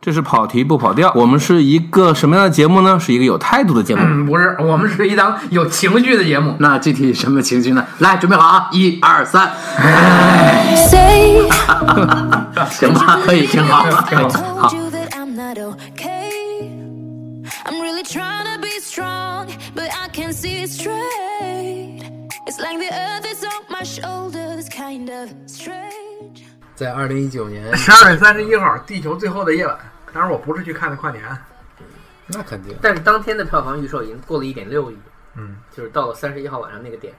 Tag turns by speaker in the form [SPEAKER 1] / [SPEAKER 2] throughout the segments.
[SPEAKER 1] 这是跑题不跑调。我们是一个什么样的节目呢？是一个有态度的节目。
[SPEAKER 2] 嗯，不是，我们是一档有情绪的节目。
[SPEAKER 3] 那具体什么情绪呢？来，准备好啊！一二三，
[SPEAKER 4] Say
[SPEAKER 3] 行吧，可以，挺好，
[SPEAKER 2] 挺好
[SPEAKER 4] told you that I'm not okay. I'm really trying to be strong, but I can't see it straight. It's like the earth is on my shoulders, kind of strange.
[SPEAKER 5] 在二零一九年，
[SPEAKER 2] 十二月三十一号，《地球最后的夜晚》。当然，我不是去看的跨年，
[SPEAKER 5] 那肯定
[SPEAKER 6] 但是当天的票房预售已经过了一点六亿，
[SPEAKER 2] 嗯，
[SPEAKER 6] 就是到了三十一号晚上那个点，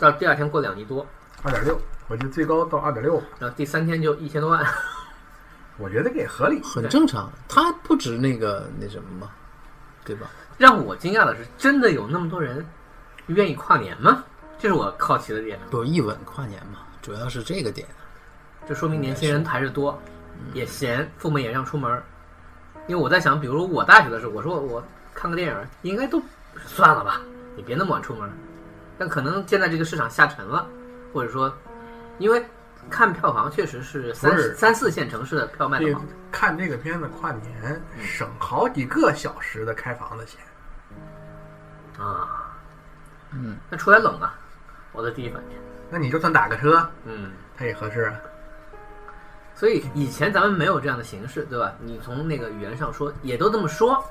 [SPEAKER 6] 到第二天过两亿多，
[SPEAKER 2] 二点六，我觉得最高到二点六，
[SPEAKER 6] 然后第三天就一千多万。
[SPEAKER 2] 我觉得这也合理。
[SPEAKER 5] 很正常。他不止那个那什么嘛，对吧？
[SPEAKER 6] 让我惊讶的是，真的有那么多人愿意跨年吗？这是我好奇的点，
[SPEAKER 5] 有一吻跨年嘛，主要是这个点。
[SPEAKER 6] 这说明年
[SPEAKER 2] 嗯
[SPEAKER 6] 轻人还是多，也闲，父母也让出门儿。因为我在想，比如我大学的时候，我说我看个电影，应该都算了吧，你别那么晚出门儿。但可能现在这个市场下沉了，或者说，因为看票房确实是三
[SPEAKER 2] 不是
[SPEAKER 6] 三四线城市的票卖
[SPEAKER 2] 这
[SPEAKER 6] 的
[SPEAKER 2] 个
[SPEAKER 6] 好。
[SPEAKER 2] 看这个片子跨年省好几个小时的开房的钱，
[SPEAKER 6] 啊，嗯，那出来冷啊，我的第一反应，
[SPEAKER 2] 那你就算打个车，
[SPEAKER 6] 嗯，
[SPEAKER 2] 它也合适啊。
[SPEAKER 6] 所以以前咱们没有这样的形式，对吧？你从那个语言上说，也都这么说，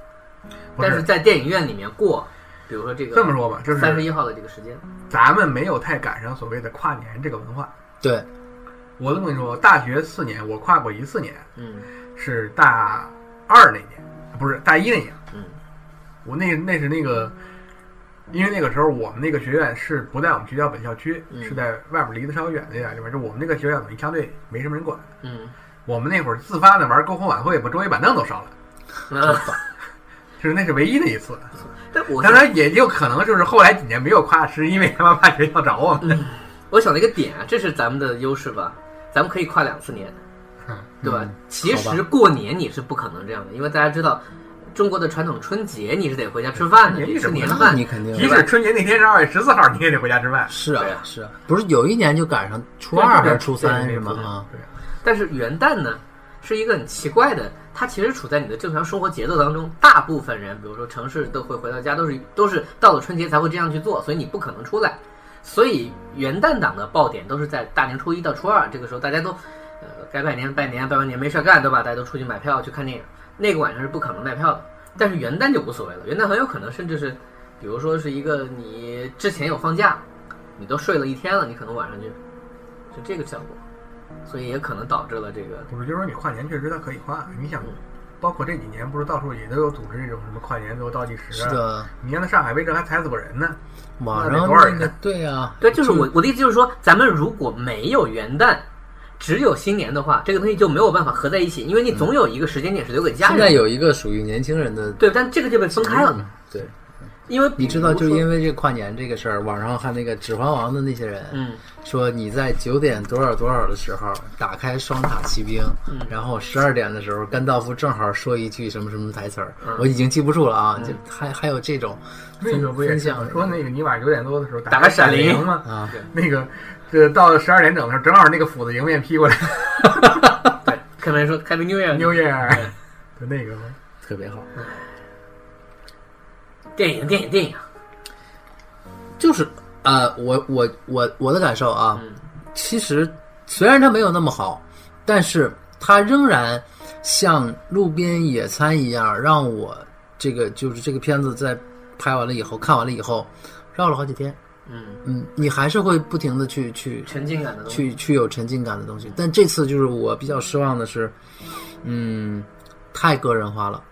[SPEAKER 2] 不
[SPEAKER 6] 但是在电影院里面过，比如说这个
[SPEAKER 2] 这么说吧，这
[SPEAKER 6] 三十
[SPEAKER 2] 是
[SPEAKER 6] 一号的这个时间，
[SPEAKER 2] 咱们没有太赶上所谓的跨年这个文化。
[SPEAKER 5] 对，
[SPEAKER 2] 我这么跟你说，我大学四年我跨过一次年，
[SPEAKER 6] 嗯
[SPEAKER 2] 是大二那年，啊不是大一那年。
[SPEAKER 6] 嗯，
[SPEAKER 2] 我那那是那个，因为那个时候我们那个学院是不在我们学校本校区，
[SPEAKER 6] 嗯
[SPEAKER 2] 是在外边离得稍微远的一点地方。就我们那个学院等于相对没什么人管。
[SPEAKER 6] 嗯，
[SPEAKER 2] 我们那会儿自发的玩篝火晚会，把桌椅板凳都烧了，
[SPEAKER 6] 那
[SPEAKER 2] 就是那是唯一的一次。
[SPEAKER 6] 但我
[SPEAKER 2] 当然也有可能就是后来几年没有跨，是因为他妈怕学校找我
[SPEAKER 5] 嗯
[SPEAKER 2] 们。
[SPEAKER 6] 我想了一个点啊，这是咱们的优势吧，咱们可以跨两次年，对吧？其实过年你是不可能这样的，因为大家知道。中国的传统春节你是得回家吃饭的，
[SPEAKER 2] 春节
[SPEAKER 6] 得吃
[SPEAKER 2] 你
[SPEAKER 6] 年
[SPEAKER 2] 是不
[SPEAKER 6] 饭，
[SPEAKER 5] 那你肯定
[SPEAKER 2] 即使春节那天是二月十四号，你也得回家吃饭。
[SPEAKER 5] 是
[SPEAKER 6] 对啊
[SPEAKER 5] 啊，是啊，不是有一年就赶上初二还是初三
[SPEAKER 2] 对
[SPEAKER 5] 是吗？啊，？
[SPEAKER 2] 对对对对
[SPEAKER 6] 但是元旦呢，是一个很奇怪的，它其实处在你的正常生活节奏当中。大部分人，比如说城市都会回到家，都是都是到了春节才会这样去做，所以你不可能出来。所以元旦档的爆点都是在大年初一到初二，这个时候大家都，呃，该拜年拜年，拜完年没事儿干，对吧？大家都出去买票去看电影，那个晚上是不可能卖票的。但是元旦就无所谓了，元旦很有可能甚至是，比如说是一个你之前有放假，你都睡了一天了，你可能晚上就，是这个效果。所以也可能导致了这个。
[SPEAKER 2] 我是就是说你跨年确实它可以跨，你想，包括这几年不是到处也都有组织这种什么跨年最后倒计时、啊，
[SPEAKER 5] 是，的，
[SPEAKER 2] 你看那上海为这还踩死过人呢，
[SPEAKER 5] 网
[SPEAKER 2] 那得
[SPEAKER 5] 上
[SPEAKER 2] 多少人
[SPEAKER 5] 那个对啊，
[SPEAKER 6] 对，就是我我的意思就是说，咱们如果没有元旦，只有新年的话，这个东西就没有办法合在一起，因为你总有一个时间点是留给家
[SPEAKER 5] 嗯
[SPEAKER 6] 人
[SPEAKER 5] 现
[SPEAKER 6] 的。
[SPEAKER 5] 在有一个属于年轻人的
[SPEAKER 6] 对，但这个就被分开了，
[SPEAKER 5] 对，
[SPEAKER 6] 因为
[SPEAKER 5] 嗯你知道，就因
[SPEAKER 6] 为
[SPEAKER 5] 为这跨年这个事儿，网上看那个《指环王》的那些人，
[SPEAKER 6] 嗯，
[SPEAKER 5] 说你在九点多少多少的时候打开双塔骑兵，
[SPEAKER 2] 嗯
[SPEAKER 5] 然后十二点的时候甘道夫正好说一句什么什么台词儿，
[SPEAKER 2] 嗯
[SPEAKER 5] 我已经记不住了啊，就还还有这种
[SPEAKER 2] 那个不也
[SPEAKER 5] 分
[SPEAKER 2] 是
[SPEAKER 5] 享
[SPEAKER 2] 说那个你晚上九点多的时候
[SPEAKER 6] 打
[SPEAKER 2] 个
[SPEAKER 6] 个闪
[SPEAKER 2] 灵
[SPEAKER 6] 灵
[SPEAKER 2] 吗？
[SPEAKER 5] 啊，
[SPEAKER 2] 那个这到十二点整的时候，正好那个斧子迎面劈过来，
[SPEAKER 6] 对，开门说开门 New Year，
[SPEAKER 2] 牛爷儿就那个吗
[SPEAKER 5] 特别好，
[SPEAKER 6] 电影电影电影，
[SPEAKER 5] 就是呃，我我我我的感受啊，
[SPEAKER 6] 嗯
[SPEAKER 5] 其实虽然它没有那么好，但是它仍然像路边野餐一样，让我这个就是这个片子在拍完了以后，看完了以后，绕了好几天。
[SPEAKER 6] 嗯，
[SPEAKER 5] 嗯，你还是会不停的去去
[SPEAKER 6] 沉浸感的东西。
[SPEAKER 5] 去去有沉浸感的东西。但这次就是我比较失望的是，嗯，太个人化了。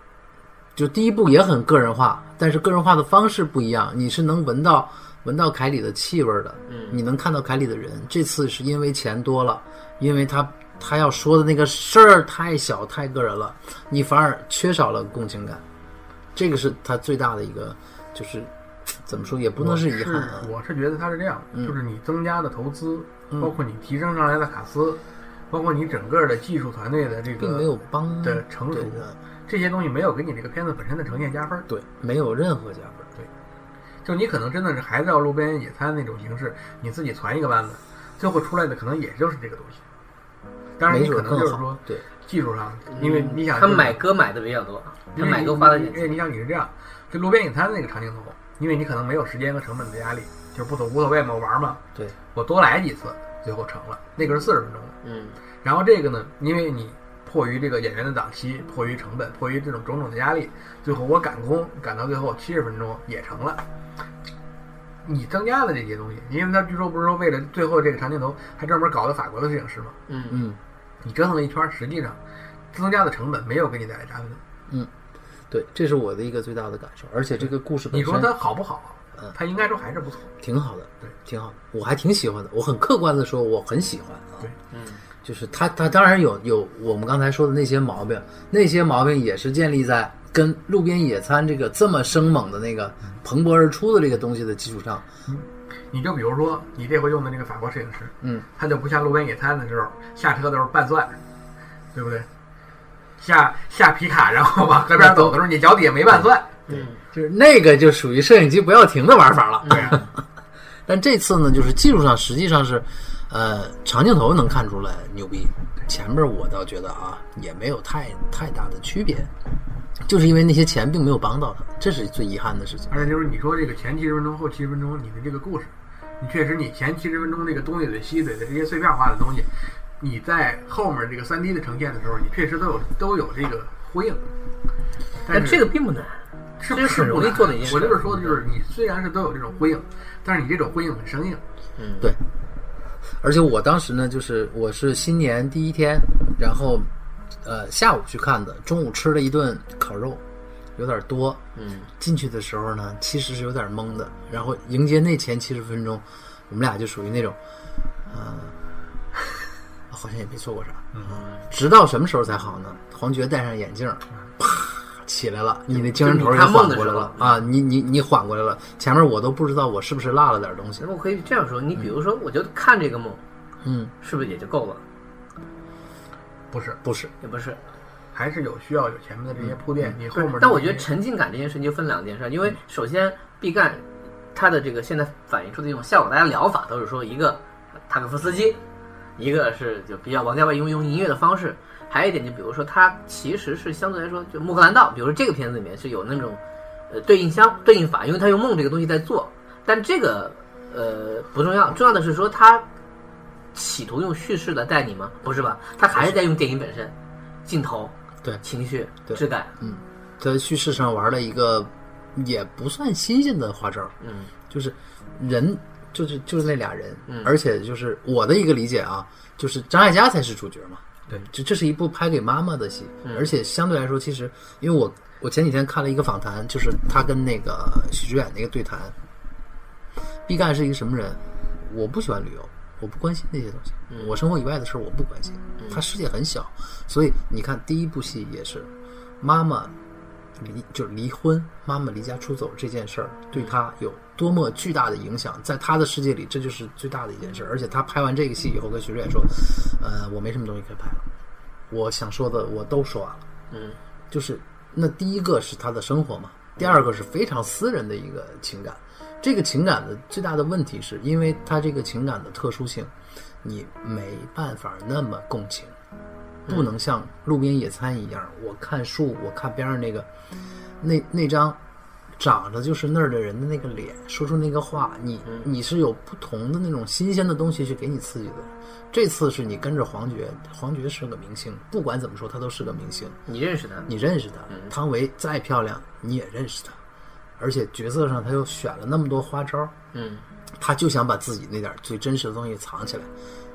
[SPEAKER 5] 就第一部也很个人化，但是个人化的方式不一样，你是能闻到闻到凯里的气味的，
[SPEAKER 6] 嗯
[SPEAKER 5] 你能看到凯里的人。这次是因为钱多了，因为他他要说的那个事儿太小太个人了，你反而缺少了共情感，这个是他最大的一个，就是怎么说也不能是遗憾啊。
[SPEAKER 2] 我是觉得它是这样，
[SPEAKER 5] 嗯
[SPEAKER 2] 就是你增加的投资，包括你提升上来的卡司，包括你整个的技术团队的这
[SPEAKER 5] 并没
[SPEAKER 2] 个
[SPEAKER 5] 有帮
[SPEAKER 2] 的成熟
[SPEAKER 5] 对的，
[SPEAKER 2] 这些东西，没有给你这个片子本身的呈现加分儿。
[SPEAKER 5] 对，没有任何加分。
[SPEAKER 2] 就你可能真的是还是要路边野餐那种形式，你自己攒一个班子，最后出来的可能也就是这个东西。当然，
[SPEAKER 5] 没
[SPEAKER 2] 你
[SPEAKER 5] 准儿
[SPEAKER 2] 可能
[SPEAKER 5] 更
[SPEAKER 2] 就是
[SPEAKER 5] 好
[SPEAKER 2] 说，
[SPEAKER 5] 对，
[SPEAKER 2] 技术上，因为你想
[SPEAKER 6] 嗯
[SPEAKER 2] 嗯
[SPEAKER 6] 他买歌买的比较多，他
[SPEAKER 2] 因为
[SPEAKER 6] 买
[SPEAKER 2] 你
[SPEAKER 6] 歌花的
[SPEAKER 2] 因为
[SPEAKER 6] 钱。
[SPEAKER 2] 你想你是这样，就路边野餐那个长镜头，因为你可能没有时间和成本的压力，就不走无所谓嘛，我玩嘛，
[SPEAKER 5] 对，
[SPEAKER 2] 我多来几次，最后成了。那个是四十分钟的，
[SPEAKER 6] 嗯，
[SPEAKER 2] 然后这个呢，因为你迫于这个演员的档期，迫于成本，迫于这种种种的压力，最后我赶工赶到最后七十分钟也成了。你增加了这些东西，因为他据说不是说为了最后这个长镜头还专门搞了法国的摄影师嘛，
[SPEAKER 6] 嗯
[SPEAKER 5] 嗯，
[SPEAKER 2] 你折腾了一圈，实际上增加的成本没有给你带来加分。
[SPEAKER 5] 对，这是我的一个最大的感受，而且这个故事本
[SPEAKER 2] 你说
[SPEAKER 5] 身
[SPEAKER 2] 它好不好？它应该说还是不错。
[SPEAKER 5] 挺好的，
[SPEAKER 2] 对，
[SPEAKER 5] 挺好的，我还挺喜欢的，我很客观的说，我很喜欢啊。
[SPEAKER 2] 对
[SPEAKER 6] 嗯，
[SPEAKER 5] 就是他他当然有有我们刚才说的那些毛病，那些毛病也是建立在跟路边野餐这个这么生猛的那个蓬勃而出的这个东西的基础上，
[SPEAKER 2] 你就比如说，你这回用的那个法国摄影师，
[SPEAKER 5] 嗯，
[SPEAKER 2] 他就不像路边野餐的时候下车的时候拌蒜，对不对？下下皮卡，然后往河边走的时候，你脚底下没拌蒜，
[SPEAKER 5] 就是那个就属于摄影机不要停的玩法了。
[SPEAKER 2] 对啊，
[SPEAKER 5] 但这次呢，就是技术上实际上是，呃，长镜头能看出来牛逼。前面我倒觉得啊，也没有太太大的区别，就是因为那些钱并没有帮到他，这是最遗憾的事情。
[SPEAKER 2] 而且就是你说这个前七十分钟、后七十分钟，你的这个故事，你确实你前七十分钟那个东西的吸嘴的这些碎片化的东西，你在后面这个三 D 的呈现的时候，你确实都有都有这个呼应。
[SPEAKER 6] 但
[SPEAKER 2] 是
[SPEAKER 6] 这个并不难，
[SPEAKER 2] 是
[SPEAKER 6] 这是
[SPEAKER 2] 不
[SPEAKER 6] 容易
[SPEAKER 2] 难
[SPEAKER 6] 做的一件事。
[SPEAKER 2] 我就是说，就是你虽然是都有这种呼应，但是你这种呼应很生硬。
[SPEAKER 5] 对，而且我当时呢，就是我是新年第一天，然后呃下午去看的，中午吃了一顿烤肉，有点多。
[SPEAKER 6] 嗯，
[SPEAKER 5] 进去的时候呢，其实是有点懵的。然后迎接那前七十分钟，我们俩就属于那种，呃， 好像也没错过啥。嗯，直到什么时候才好呢？黄觉戴上眼镜，啪起来了，你那精神头
[SPEAKER 6] 就
[SPEAKER 5] 也
[SPEAKER 6] 是你看
[SPEAKER 5] 缓
[SPEAKER 6] 梦的
[SPEAKER 5] 过来
[SPEAKER 6] 时候
[SPEAKER 5] 了啊！你你你缓过来了，前面我都不知道我是不是落了点东西
[SPEAKER 6] 那。我可以这样说，你比如说，我觉得看这个梦
[SPEAKER 5] 嗯，
[SPEAKER 6] 是不是也就够了？
[SPEAKER 2] 不是，
[SPEAKER 5] 不是。
[SPEAKER 6] 也不是，
[SPEAKER 2] 还是有需要有前面的这些铺垫，你后面。
[SPEAKER 6] 但我觉得沉浸感这件事情就分两件事，因为首先毕赣他的这个现在反映出的这种效果，大家疗法都是说一个塔可夫斯基，一个是就比较王家卫用用音乐的方式，还有一点就比如说他其实是相对来说就《穆赫兰道》，比如说这个片子里面是有那种呃对应相对应法，因为他用梦这个东西在做，但这个呃不重要，重要的是说他企图用叙事来带你吗？不是吧？他还是在用电影本身镜头。
[SPEAKER 5] 对
[SPEAKER 6] 情绪、
[SPEAKER 5] 对
[SPEAKER 6] 质感，
[SPEAKER 5] 在叙事上玩了一个也不算新鲜的花招，
[SPEAKER 6] 嗯，
[SPEAKER 5] 就是人就是就是那俩人，
[SPEAKER 6] 嗯
[SPEAKER 5] 而且就是我的一个理解啊，就是张艾嘉才是主角嘛，
[SPEAKER 2] 对
[SPEAKER 5] 这这是一部拍给妈妈的戏，
[SPEAKER 6] 嗯
[SPEAKER 5] 而且相对来说，其实因为我我前几天看了一个访谈，就是他跟那个许志远那个对谈，毕赣是一个什么人？我不喜欢旅游，我不关心那些东西，
[SPEAKER 6] 嗯
[SPEAKER 5] 我生活以外的事儿我不关心。他世界很小，所以你看第一部戏也是，妈妈离就是离婚，妈妈离家出走这件事儿对他有多么巨大的影响，在他的世界里这就是最大的一件事儿。而且他拍完这个戏以后跟徐志远说，呃，我没什么东西可以拍了，我想说的我都说完了。
[SPEAKER 6] 嗯，
[SPEAKER 5] 就是那第一个是他的生活嘛，第二个是非常私人的一个情感。这个情感的最大的问题是因为他这个情感的特殊性，你没办法那么共情，不能像路边野餐一样，我看树，我看边上那个那那张长着就是那儿的人的那个脸，说出那个话，你你是有不同的那种新鲜的东西去给你刺激的。这次是你跟着黄觉，黄觉是个明星，不管怎么说他都是个明星，
[SPEAKER 6] 你认识他，
[SPEAKER 5] 你认识他，汤唯再漂亮你也认识他，而且角色上他又选了那么多花招，
[SPEAKER 6] 嗯，
[SPEAKER 5] 他就想把自己那点最真实的东西藏起来，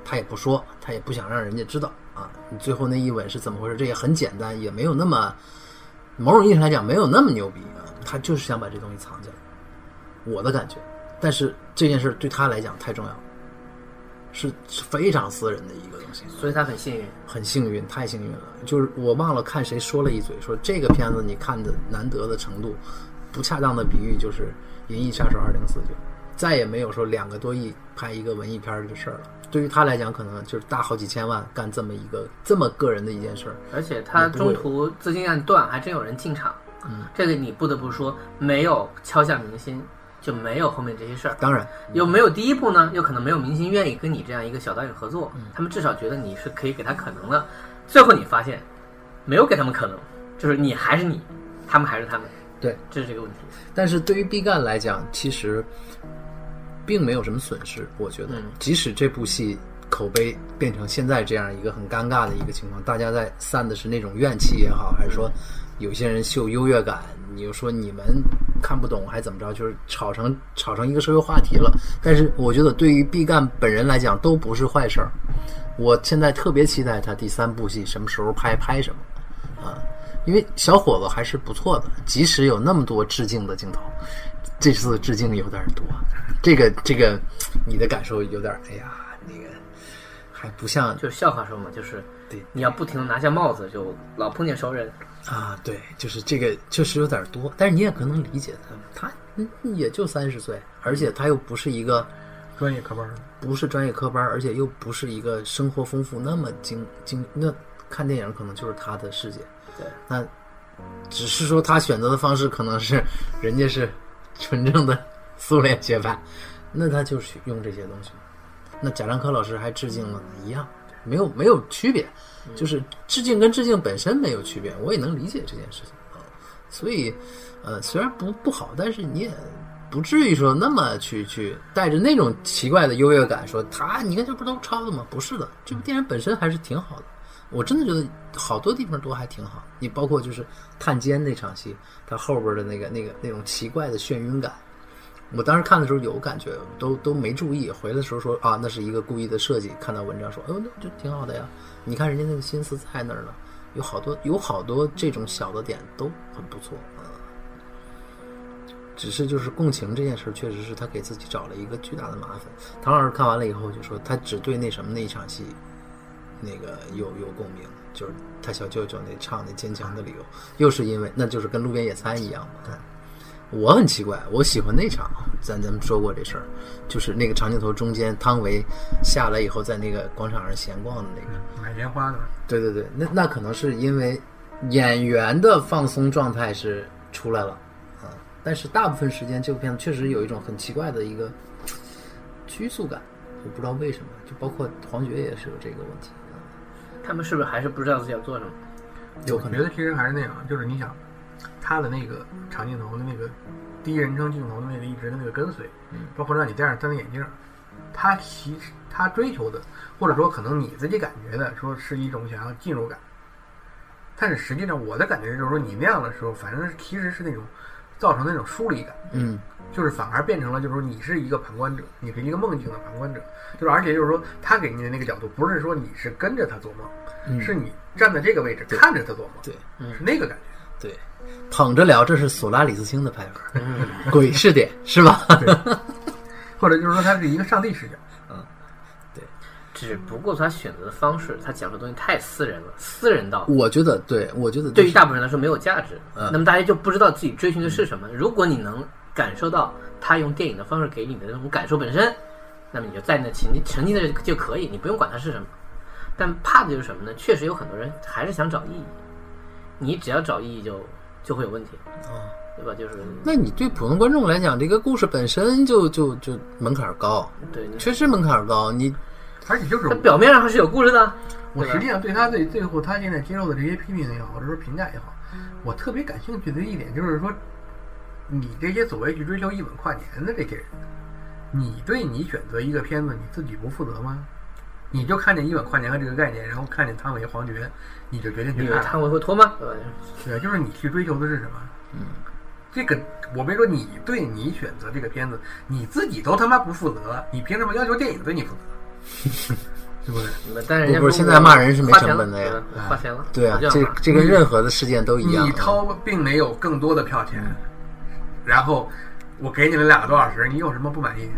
[SPEAKER 5] 他也不说，他也不想让人家知道啊。你最后那一吻是怎么回事？这也很简单，也没有那么，某种意义上来讲没有那么牛逼啊。他就是想把这东西藏起来，我的感觉。但是这件事对他来讲太重要了，是是非常私人的一个东西。
[SPEAKER 6] 所以他很幸运。
[SPEAKER 5] 很幸运，太幸运了。就是我忘了看谁说了一嘴，说这个片子你看的难得的程度，不恰当的比喻就是《银翼杀手二零四九》，再也没有说两个多亿拍一个文艺片儿的事儿了。对于他来讲，可能就是大好几千万干这么一个这么个人的一件事儿，
[SPEAKER 6] 而且他中途资金链断，还真有人进场，嗯，这个你不得不说，没有敲响明星，就没有后面这些事儿。
[SPEAKER 5] 当然
[SPEAKER 6] 有没有第一部
[SPEAKER 5] 嗯
[SPEAKER 6] 呢？有可能没有明星愿意跟你这样一个小导演合作，他们至少觉得你是可以给他可能的。最后你发现没有给他们可能，就是你还是你，他们还是他们，
[SPEAKER 5] 对，
[SPEAKER 6] 这是这个问题。
[SPEAKER 5] 但是对于毕赣来讲，其实并没有什么损失，我觉得，
[SPEAKER 6] 嗯
[SPEAKER 5] 即使这部戏口碑变成现在这样一个很尴尬的一个情况，大家在散的是那种怨气也好，还是说有些人秀优越感，你又说你们看不懂还怎么着，就是吵成吵成一个社会话题了。但是我觉得对于毕赣本人来讲都不是坏事儿，我现在特别期待他第三部戏什么时候拍拍什么。啊，因为小伙子还是不错的，即使有那么多致敬的镜头，这次致敬有点多。这个这个，你的感受有点，哎呀，那个还不像
[SPEAKER 6] 就是笑话说嘛，就是
[SPEAKER 5] 对
[SPEAKER 6] 你要不停的拿下帽子，就老碰见熟人。
[SPEAKER 5] 啊，对，就是这个确实有点多，但是你也可能理解他，他嗯也就三十岁，而且他又不是一个
[SPEAKER 2] 专业科班儿的，
[SPEAKER 5] 不是专业科班，而且又不是一个生活丰富那么精精，那看电影可能就是他的世界。
[SPEAKER 6] 对，
[SPEAKER 5] 那只是说他选择的方式可能是人家是纯正的 苏联学派，那他就是用这些东西。那贾樟柯老师还致敬了呢，一样，没有没有区别，就是致敬跟致敬本身没有区别，我也能理解这件事情啊。所以，呃，虽然不不好，但是你也不至于说那么去去带着那种奇怪的优越感，说他你看这不都抄的吗？不是的，这部电影本身还是挺好的。我真的觉得好多地方都还挺好，你包括就是探监那场戏，它后边的那个那个那种奇怪的眩晕感，我当时看的时候有感觉，都都没注意。回来的时候说啊，那是一个故意的设计。看到文章说，哎呦，那这挺好的呀，你看人家那个心思在那儿呢，有好多有好多这种小的点都很不错，嗯。只是就是共情这件事，确实是他给自己找了一个巨大的麻烦。唐老师看完了以后就说，他只对那什么那一场戏那个有有共鸣，就是他小舅舅那唱那坚强的理由，又是因为那就是跟路边野餐一样嘛。嗯我很奇怪，我喜欢那场，咱咱们说过这事儿，就是那个长镜头中间，汤唯下来以后在那个广场上闲逛的那个，
[SPEAKER 2] 买烟花呢。
[SPEAKER 5] 对对对，那那可能是因为演员的放松状态是出来了啊，但是大部分时间这部片子确实有一种很奇怪的一个拘束感，我不知道为什么，就包括黄觉也是有这个问题，啊
[SPEAKER 6] 他们是不是还是不知道自己要做什么？
[SPEAKER 5] 有
[SPEAKER 2] 我
[SPEAKER 5] 可
[SPEAKER 2] 觉
[SPEAKER 5] 能
[SPEAKER 2] 得其实还是那样，就是你想，他的那个长镜头的那个第一人称镜头的那个一直的那个跟随，包括让你戴上三层眼镜儿，他其实他追求的，或者说可能你自己感觉的，说是一种想要进入感，但是实际上我的感觉就是说，你那样的时候，反正其实是那种造成那种疏离感，
[SPEAKER 5] 嗯。
[SPEAKER 2] 就是反而变成了，就是说你是一个旁观者，你是一个梦境的旁观者，就是而且就是说他给你的那个角度，不是说你是跟着他做梦，是你站在这个位置看着他做梦，
[SPEAKER 5] 嗯对，嗯
[SPEAKER 2] 是那个感觉。
[SPEAKER 5] 对，捧着聊，这是索拉里斯汀的拍法，鬼是点是吧？
[SPEAKER 2] 或者就是说他是一个上帝视角，
[SPEAKER 6] 只不过他选择的方式，他讲的东西太私人了，私人到
[SPEAKER 5] 我觉得，对我觉得、
[SPEAKER 6] 对于大部分人来说没有价值。
[SPEAKER 5] 嗯
[SPEAKER 6] 那么大家就不知道自己追寻的是什么。如果你能感受到他用电影的方式给你的那种感受本身，那么你就在那沉浸沉浸的就可以，你不用管它是什么。但怕的就是什么呢？确实有很多人还是想找意义，你只要找意义就就会有问题，
[SPEAKER 5] 哦
[SPEAKER 6] 对吧？就是
[SPEAKER 5] 那你对普通观众来讲，这个故事本身就就就门槛高，
[SPEAKER 6] 对你，
[SPEAKER 5] 确实门槛高。你
[SPEAKER 2] 而且就是
[SPEAKER 6] 它表面上是有故事的，
[SPEAKER 5] 嗯
[SPEAKER 2] 我
[SPEAKER 6] 对吧
[SPEAKER 2] 实际上对他对最后他现在接受的这些批评也好，或者说评价也好，
[SPEAKER 6] 嗯
[SPEAKER 2] 我特别感兴趣的一点就是说，你这些所谓去追求一吻跨年的这些人，你对你选择一个片子你自己不负责吗？你就看见一吻跨年和这个概念，然后看见汤唯、黄觉，你就决定
[SPEAKER 6] 你
[SPEAKER 2] 去
[SPEAKER 6] 以为
[SPEAKER 2] 看
[SPEAKER 6] 他
[SPEAKER 2] 了。
[SPEAKER 6] 会会脱吗？对吧？
[SPEAKER 2] 对，就是你去追求的是什么？嗯，这个我没说你对你选择这个片子，你自己都他妈不负责，你凭什么要求电影对你负责？对 不对？
[SPEAKER 6] 那但是人家
[SPEAKER 5] 不是
[SPEAKER 6] 说
[SPEAKER 5] 现在骂人是没成本的呀
[SPEAKER 6] 花钱了对
[SPEAKER 5] 对
[SPEAKER 6] 吧花钱了，
[SPEAKER 5] 啊
[SPEAKER 6] 我就，要
[SPEAKER 5] 这
[SPEAKER 6] 骂
[SPEAKER 5] 这跟任何的事件都一样
[SPEAKER 2] 你。掏并没有更多的票钱，然后我给你们两个多小时，你有什么不满意？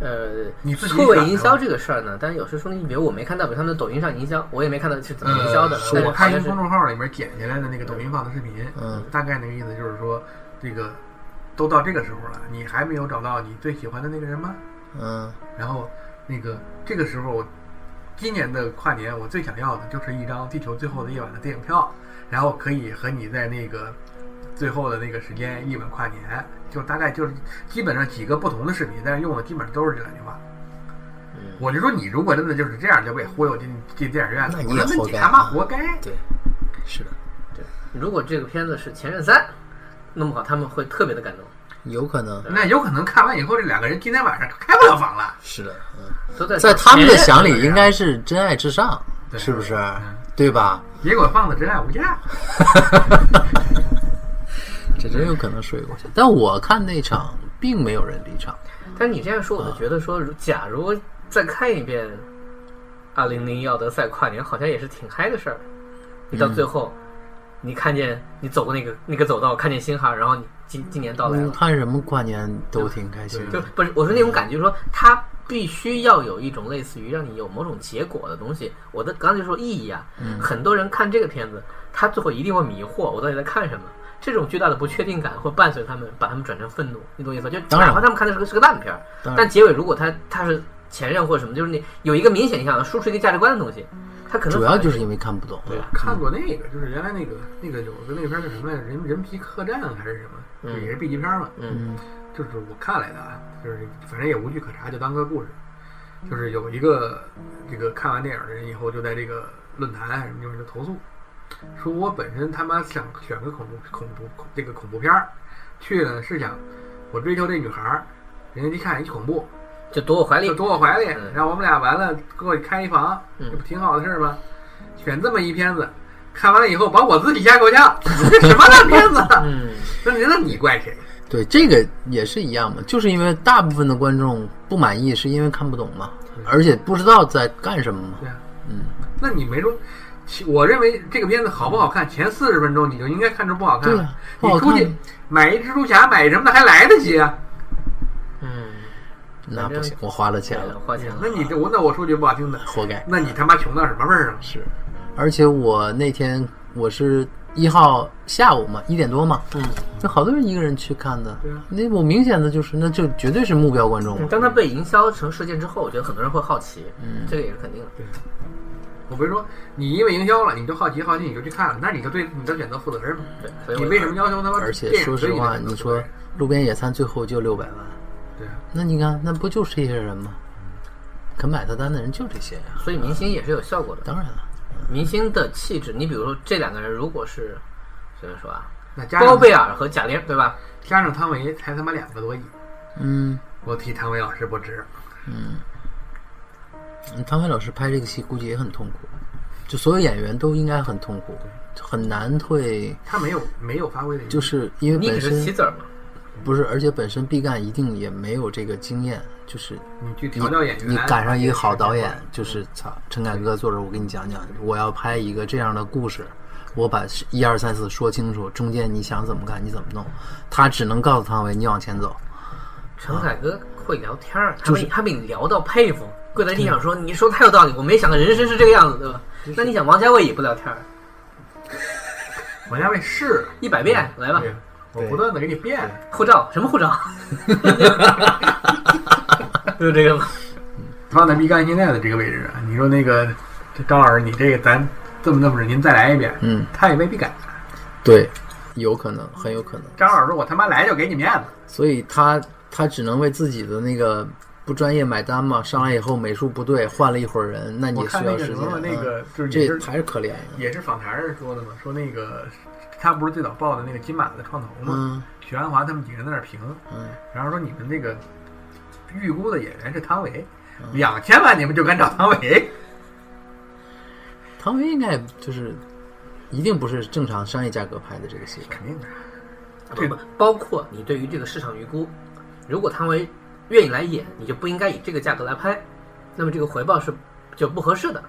[SPEAKER 6] 呃，
[SPEAKER 2] 你自己
[SPEAKER 6] 错位
[SPEAKER 2] 选的
[SPEAKER 6] 营销这个事儿呢，但是有时候说，你比如我没看到，比如他们的抖音上营销，我也没看到是怎么
[SPEAKER 5] 呃
[SPEAKER 6] 营销的。但
[SPEAKER 2] 嗯
[SPEAKER 6] 是
[SPEAKER 2] 我
[SPEAKER 6] 好
[SPEAKER 2] 看一
[SPEAKER 6] 像
[SPEAKER 2] 个
[SPEAKER 6] 是
[SPEAKER 2] 公众号里面剪下来的那个抖音放的视频，
[SPEAKER 5] 嗯，
[SPEAKER 2] 大概那个意思就是说，这个都到这个时候了，你还没有找到你最喜欢的那个人吗？
[SPEAKER 6] 啊
[SPEAKER 5] 嗯，
[SPEAKER 2] 然后那个这个时候我今年的跨年我最想要的就是一张《地球最后的夜晚》的电影票，然后可以和你在那个最后的那个时间一吻跨年，就大概就是基本上几个不同的视频，但是用的基本上都是这两句话。
[SPEAKER 6] 嗯
[SPEAKER 2] 我就说你如果真的就是这样就被忽悠进进电影院，
[SPEAKER 5] 那你
[SPEAKER 2] 你
[SPEAKER 5] 也
[SPEAKER 2] 们
[SPEAKER 5] 活
[SPEAKER 2] 你
[SPEAKER 5] 该
[SPEAKER 2] 他妈活该。
[SPEAKER 5] 对，是的，
[SPEAKER 6] 如果这个片子是《前任三》，弄不好他们会特别的感动。
[SPEAKER 5] 有可能
[SPEAKER 2] 那有可能看完以后，这两个人今天晚上开不了房了。
[SPEAKER 5] 是的，嗯。
[SPEAKER 6] 都在哎
[SPEAKER 5] 在他们的
[SPEAKER 6] 前
[SPEAKER 5] 想里，应该是真爱至上，是不是？
[SPEAKER 6] 嗯
[SPEAKER 5] 对吧？
[SPEAKER 2] 结果放的《真爱无价》，
[SPEAKER 5] 这真有可能睡过去。但我看那场，并没有人离场。
[SPEAKER 6] 但是你这样说，我就觉得说，如假如再看一遍《二零零一奥德赛》跨年，好像也是挺嗨的事儿。你到最后，你看见你走过那个那个走道，看见星哈，然后你今今年到来
[SPEAKER 5] 嗯，
[SPEAKER 6] 了，
[SPEAKER 5] 看什么跨年都挺开心
[SPEAKER 6] 就
[SPEAKER 5] 的。
[SPEAKER 6] 不是我说那种感觉，就是说它必须要有一种类似于让你有某种结果的东西。我的刚才就说意义啊，
[SPEAKER 5] 嗯
[SPEAKER 6] 很多人看这个片子，他最后一定会迷惑，我到底在看什么。这种巨大的不确定感会伴随他们，把他们转成愤怒，你懂我意思吧？就
[SPEAKER 5] 当然
[SPEAKER 6] 哪怕他们看的是个是个烂片儿，
[SPEAKER 5] 当
[SPEAKER 6] 但
[SPEAKER 5] 然，
[SPEAKER 6] 结尾如果他他是前任或者什么，就是你有一个明显影响，输出一个价值观的东西，他可能
[SPEAKER 5] 主要就是因为看不懂。
[SPEAKER 6] 对吧？
[SPEAKER 2] 看过那个，就是原来那个那个有个那个片儿叫什么来着，《人人皮客栈》还是什么，就也是 B 级片儿嘛。
[SPEAKER 6] 嗯，
[SPEAKER 2] 就是我看来的啊，就是反正也无据可查，就当个故事。就是有一个这个看完电影的人以后，就在这个论坛啊什么地方就投诉，说我本身他妈想选个恐怖恐怖恐这个恐怖片儿去呢，是想我追求这女孩儿，人家一看一恐怖，
[SPEAKER 6] 就躲我怀里
[SPEAKER 2] 就，躲我怀里
[SPEAKER 6] 嗯，
[SPEAKER 2] 然后我们俩完了给我开一房，
[SPEAKER 6] 嗯
[SPEAKER 2] 这不挺好的事儿吗？选这么一片子，看完了以后把我自己吓够呛， 这什么烂片子？啊
[SPEAKER 6] 嗯，
[SPEAKER 2] 那你那你怪谁？
[SPEAKER 5] 对，这个也是一样嘛，就是因为大部分的观众不满意，是因为看不懂嘛，而且不知道在干什么嘛。
[SPEAKER 2] 对啊，
[SPEAKER 5] 嗯，
[SPEAKER 2] 那你没中。其我认为这个片子好不好看，前四十分钟你就应该看出不好看
[SPEAKER 5] 对
[SPEAKER 2] 了
[SPEAKER 5] 啊。不
[SPEAKER 2] 你
[SPEAKER 5] 好
[SPEAKER 2] 出
[SPEAKER 5] 看
[SPEAKER 2] 去买一蜘蛛侠，买什么的还来得及啊？
[SPEAKER 5] 那不行，我花了钱了，
[SPEAKER 6] 嗯
[SPEAKER 5] 嗯
[SPEAKER 6] 花钱了
[SPEAKER 2] 那，你这我那我说句不好听的，
[SPEAKER 5] 活该。
[SPEAKER 2] 那你他妈穷到什么份儿上？
[SPEAKER 5] 是，而且我那天我是一号下午嘛，一点多嘛，嗯，那好多人一个人去看的，那我明显的就是，那就绝对是目标观众嘛，
[SPEAKER 6] 当它被营销成事件之后，我觉得很多人会好奇，嗯，这个也是肯定的。
[SPEAKER 2] 我不是说你因为营销了，你就好奇好奇你就去看了，那你就对你的选择负责任吗？
[SPEAKER 6] 对，所以我
[SPEAKER 2] 你为什么要求他妈？
[SPEAKER 5] 而且说实话，你说路边野餐最后就六百万，
[SPEAKER 2] 对啊，
[SPEAKER 5] 那你看，那不就是这些人吗？肯买他单的人就这些呀，
[SPEAKER 6] 所以明星也是有效果的。
[SPEAKER 5] 当然了，
[SPEAKER 6] 明星的气质，你比如说这两个人，如果是怎么说啊，
[SPEAKER 2] 那加
[SPEAKER 6] 包
[SPEAKER 2] 上
[SPEAKER 6] 贝尔和贾玲，对吧？
[SPEAKER 2] 加上汤唯才他妈两个多亿，
[SPEAKER 5] 嗯，
[SPEAKER 2] 我替汤唯老师不值。
[SPEAKER 5] 嗯汤唯老师拍这个戏估计也很痛苦，就所有演员都应该很痛苦，很难会，
[SPEAKER 2] 他没有没有发挥的余地，
[SPEAKER 5] 就是因为
[SPEAKER 6] 你
[SPEAKER 5] 本
[SPEAKER 6] 只
[SPEAKER 5] 身
[SPEAKER 6] 是棋子儿嘛，
[SPEAKER 2] 啊
[SPEAKER 5] 不是，而且本身毕赣一定也没有这个经验，就是
[SPEAKER 2] 你去
[SPEAKER 5] 你
[SPEAKER 2] 调教演员，
[SPEAKER 5] 你赶上一个好导演，嗯就是操，陈凯歌坐这儿，我给你讲讲，我要拍一个这样的故事，我把一二三四说清楚，中间你想怎么干，你怎么弄，他只能告诉汤唯你往前走，
[SPEAKER 6] 陈凯歌会聊天儿，他被他被你聊到佩服，跪在地上说：“你说太有道理，我没想到人生是这个样子，对吧？”那你想，王家卫也不聊天儿，
[SPEAKER 2] 王家卫是，啊
[SPEAKER 6] 一百遍来吧，
[SPEAKER 2] 嗯对，我不断的给你变，
[SPEAKER 6] 护照什么护照？ 就是这个吗？
[SPEAKER 2] 放在毕赣现在的这个位置啊，你说那个这张老师，你这个咱这么那么着，您再来一遍，
[SPEAKER 5] 嗯，
[SPEAKER 2] 他也未必敢。
[SPEAKER 5] 对，有可能，很有可能，
[SPEAKER 2] 张老师说：“我他妈来就给你面子。
[SPEAKER 5] 所以他他只能为自己的那个不专业买单嘛，上来以后美术不对，换了一会儿人，那”你
[SPEAKER 2] 我
[SPEAKER 5] 也
[SPEAKER 2] 看
[SPEAKER 5] 需
[SPEAKER 2] 那
[SPEAKER 5] 要
[SPEAKER 2] 个
[SPEAKER 5] 时
[SPEAKER 2] 什
[SPEAKER 5] 间，
[SPEAKER 2] 么那个
[SPEAKER 5] 嗯
[SPEAKER 2] 就是也
[SPEAKER 5] 这
[SPEAKER 2] 是
[SPEAKER 5] 还是可怜啊的，
[SPEAKER 2] 也是访谈人说的嘛，说那个他不是最早报的那个金马的创投嘛，
[SPEAKER 5] 嗯
[SPEAKER 2] 许鞍华他们几个人在那儿评，
[SPEAKER 5] 嗯。
[SPEAKER 2] 然后说你们这个预估的演员是汤唯，
[SPEAKER 5] 嗯
[SPEAKER 2] 两千万你们就敢找汤唯？
[SPEAKER 5] 唐维应该就是一定不是正常商业价格拍的这个戏吧？
[SPEAKER 2] 肯定的。
[SPEAKER 6] 不不，包括你对于这个市场预估，如果汤唯愿意来演，你就不应该以这个价格来拍，那么这个回报是就不合适的，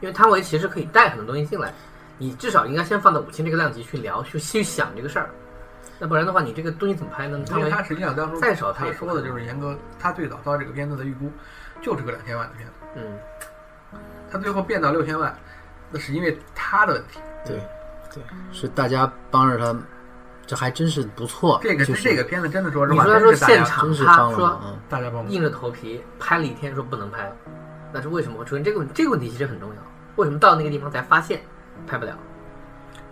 [SPEAKER 6] 因为汤唯其实可以带很多东西进来，你至少应该先放到五星这个量级去聊，去去想这个事儿，那不然的话，你这个东西怎么拍呢？汤
[SPEAKER 2] 因为
[SPEAKER 6] 唯
[SPEAKER 2] 他实际上当初
[SPEAKER 6] 再少
[SPEAKER 2] 他
[SPEAKER 6] 他也
[SPEAKER 2] 说的就是严格，他最早到这个片子的预估就是个两千万的片子，
[SPEAKER 6] 嗯，
[SPEAKER 2] 他最后变到六千万，那是因为他的问题。
[SPEAKER 5] 对，对，是大家帮着他，这还真是不错。
[SPEAKER 2] 这个
[SPEAKER 5] 就是
[SPEAKER 2] 这个片子真的说实
[SPEAKER 6] 你
[SPEAKER 2] 话，
[SPEAKER 6] 说他
[SPEAKER 2] 真
[SPEAKER 6] 说
[SPEAKER 2] 是大家
[SPEAKER 6] 现场
[SPEAKER 5] 真是
[SPEAKER 6] 他
[SPEAKER 5] 帮了
[SPEAKER 6] 说
[SPEAKER 5] 忙啊！
[SPEAKER 2] 大家帮忙
[SPEAKER 6] 硬着头皮拍了一天说不能拍，那是为什么会出现这个问这个问题其实很重要，为什么到那个地方才发现拍不了？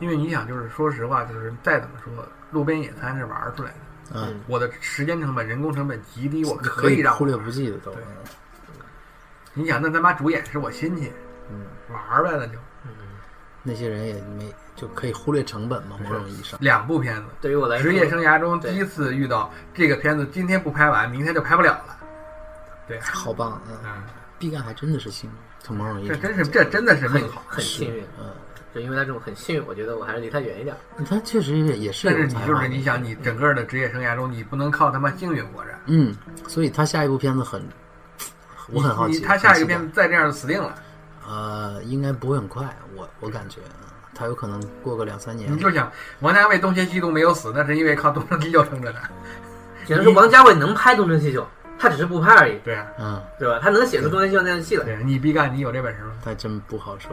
[SPEAKER 2] 因为你想，就是说实话，就是再怎么说，路边野餐是玩儿出来的。
[SPEAKER 5] 嗯，
[SPEAKER 2] 我的时间成本、人工成本极低，我
[SPEAKER 5] 可
[SPEAKER 2] 可以
[SPEAKER 5] 以
[SPEAKER 2] 让
[SPEAKER 5] 忽略不计的都。
[SPEAKER 2] 你想，那他妈主演是我亲戚，
[SPEAKER 5] 嗯，
[SPEAKER 2] 玩儿呗，那就
[SPEAKER 5] 那些人也没就可以忽略成本嘛，某种意义上。
[SPEAKER 2] 两部片子。
[SPEAKER 6] 对于我来说，
[SPEAKER 2] 职业生涯中
[SPEAKER 6] 对
[SPEAKER 2] 第一次遇到这个片子，今天不拍完，明天就拍不了了。对，
[SPEAKER 5] 好棒，嗯，
[SPEAKER 2] 嗯，
[SPEAKER 5] 毕赣还真的是幸运，从某种意义
[SPEAKER 2] 这
[SPEAKER 5] 上讲，
[SPEAKER 2] 真是这真的是命好。
[SPEAKER 6] 很幸运，
[SPEAKER 5] 嗯，
[SPEAKER 6] 就因为他这种很幸运，我觉得我还是离他远一点。
[SPEAKER 5] 他确实也也是
[SPEAKER 2] 但是
[SPEAKER 5] 有
[SPEAKER 2] 你
[SPEAKER 5] 才
[SPEAKER 2] 就
[SPEAKER 5] 华的
[SPEAKER 2] 是你想，你整个的职业生涯中，你不能靠他妈幸运活着。
[SPEAKER 5] 嗯，所以他下一部片子很，我很好
[SPEAKER 2] 你
[SPEAKER 5] 奇，
[SPEAKER 2] 他下一
[SPEAKER 5] 很期
[SPEAKER 2] 个
[SPEAKER 5] 待
[SPEAKER 2] 片子再这样就死定了。
[SPEAKER 5] 呃，应该不会很快，我我感觉他有可能过个两三年
[SPEAKER 2] 你。就想王家卫东邪西毒没有死，那是因为靠东成西就撑着的。
[SPEAKER 6] 只能说王家卫能拍《东成西就》，他只是不拍而已，
[SPEAKER 2] 对啊，
[SPEAKER 5] 嗯，
[SPEAKER 6] 对吧？他能写出《东成西就》那样的戏来。
[SPEAKER 2] 对你毕赣，你有这本事吗？
[SPEAKER 5] 还真不好说。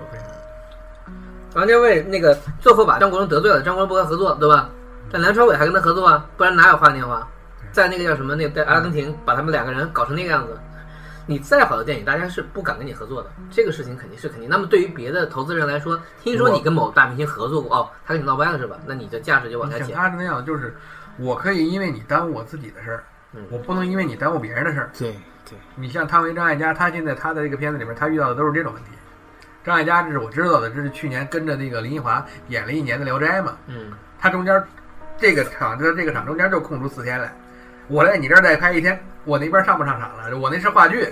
[SPEAKER 6] 王家卫那个最后把张国荣得罪了，张国荣不跟他合作，对吧？但梁朝伟还跟他合作啊，不然哪有花年华？在那个叫什么那个在阿根廷，把他们两个人搞成那个样子。你再好的电影，大家是不敢跟你合作的，这个事情肯定是肯定。那么对于别的投资人来说，听说你跟某大明星合作过，哦，他跟你闹掰了是吧？那你的价值就往
[SPEAKER 2] 你
[SPEAKER 6] 下
[SPEAKER 2] 想
[SPEAKER 6] 减。
[SPEAKER 2] 他是那样，就是我可以因为你耽误我自己的事儿
[SPEAKER 6] 嗯，
[SPEAKER 2] 我不能因为你耽误别人的事儿。
[SPEAKER 5] 对对，
[SPEAKER 2] 你像汤唯、张艾嘉，他现在他的这个片子里面，他遇到的都是这种问题。张艾嘉这是我知道的，这是去年跟着那个林奕华演了一年的《聊斋》嘛，
[SPEAKER 6] 嗯，
[SPEAKER 2] 他中间这个场就这个场中间就空出四天来，我在你这儿再拍一天，我那边上不上场了？我那是话剧，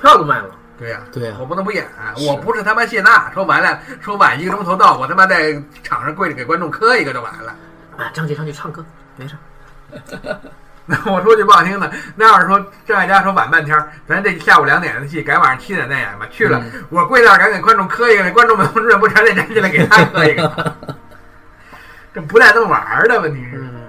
[SPEAKER 6] 票都卖了，
[SPEAKER 2] 对呀、
[SPEAKER 5] 对啊
[SPEAKER 2] 我不能不演，我不是他妈谢娜，说完了，说晚一个钟头到，我他妈在场上跪着给观众磕一个就完了。
[SPEAKER 6] 啊，张杰上去唱歌，没事。
[SPEAKER 2] 那我说句不好听的，那要是说张艾嘉说晚半天儿，咱这下午两点的戏改晚上七点再演吧。去了，
[SPEAKER 5] 嗯
[SPEAKER 2] 我跪那儿敢给观众磕一个，那观众们忍不住再站起来给他磕一个。这不带这么玩儿的，问题是，
[SPEAKER 6] 嗯，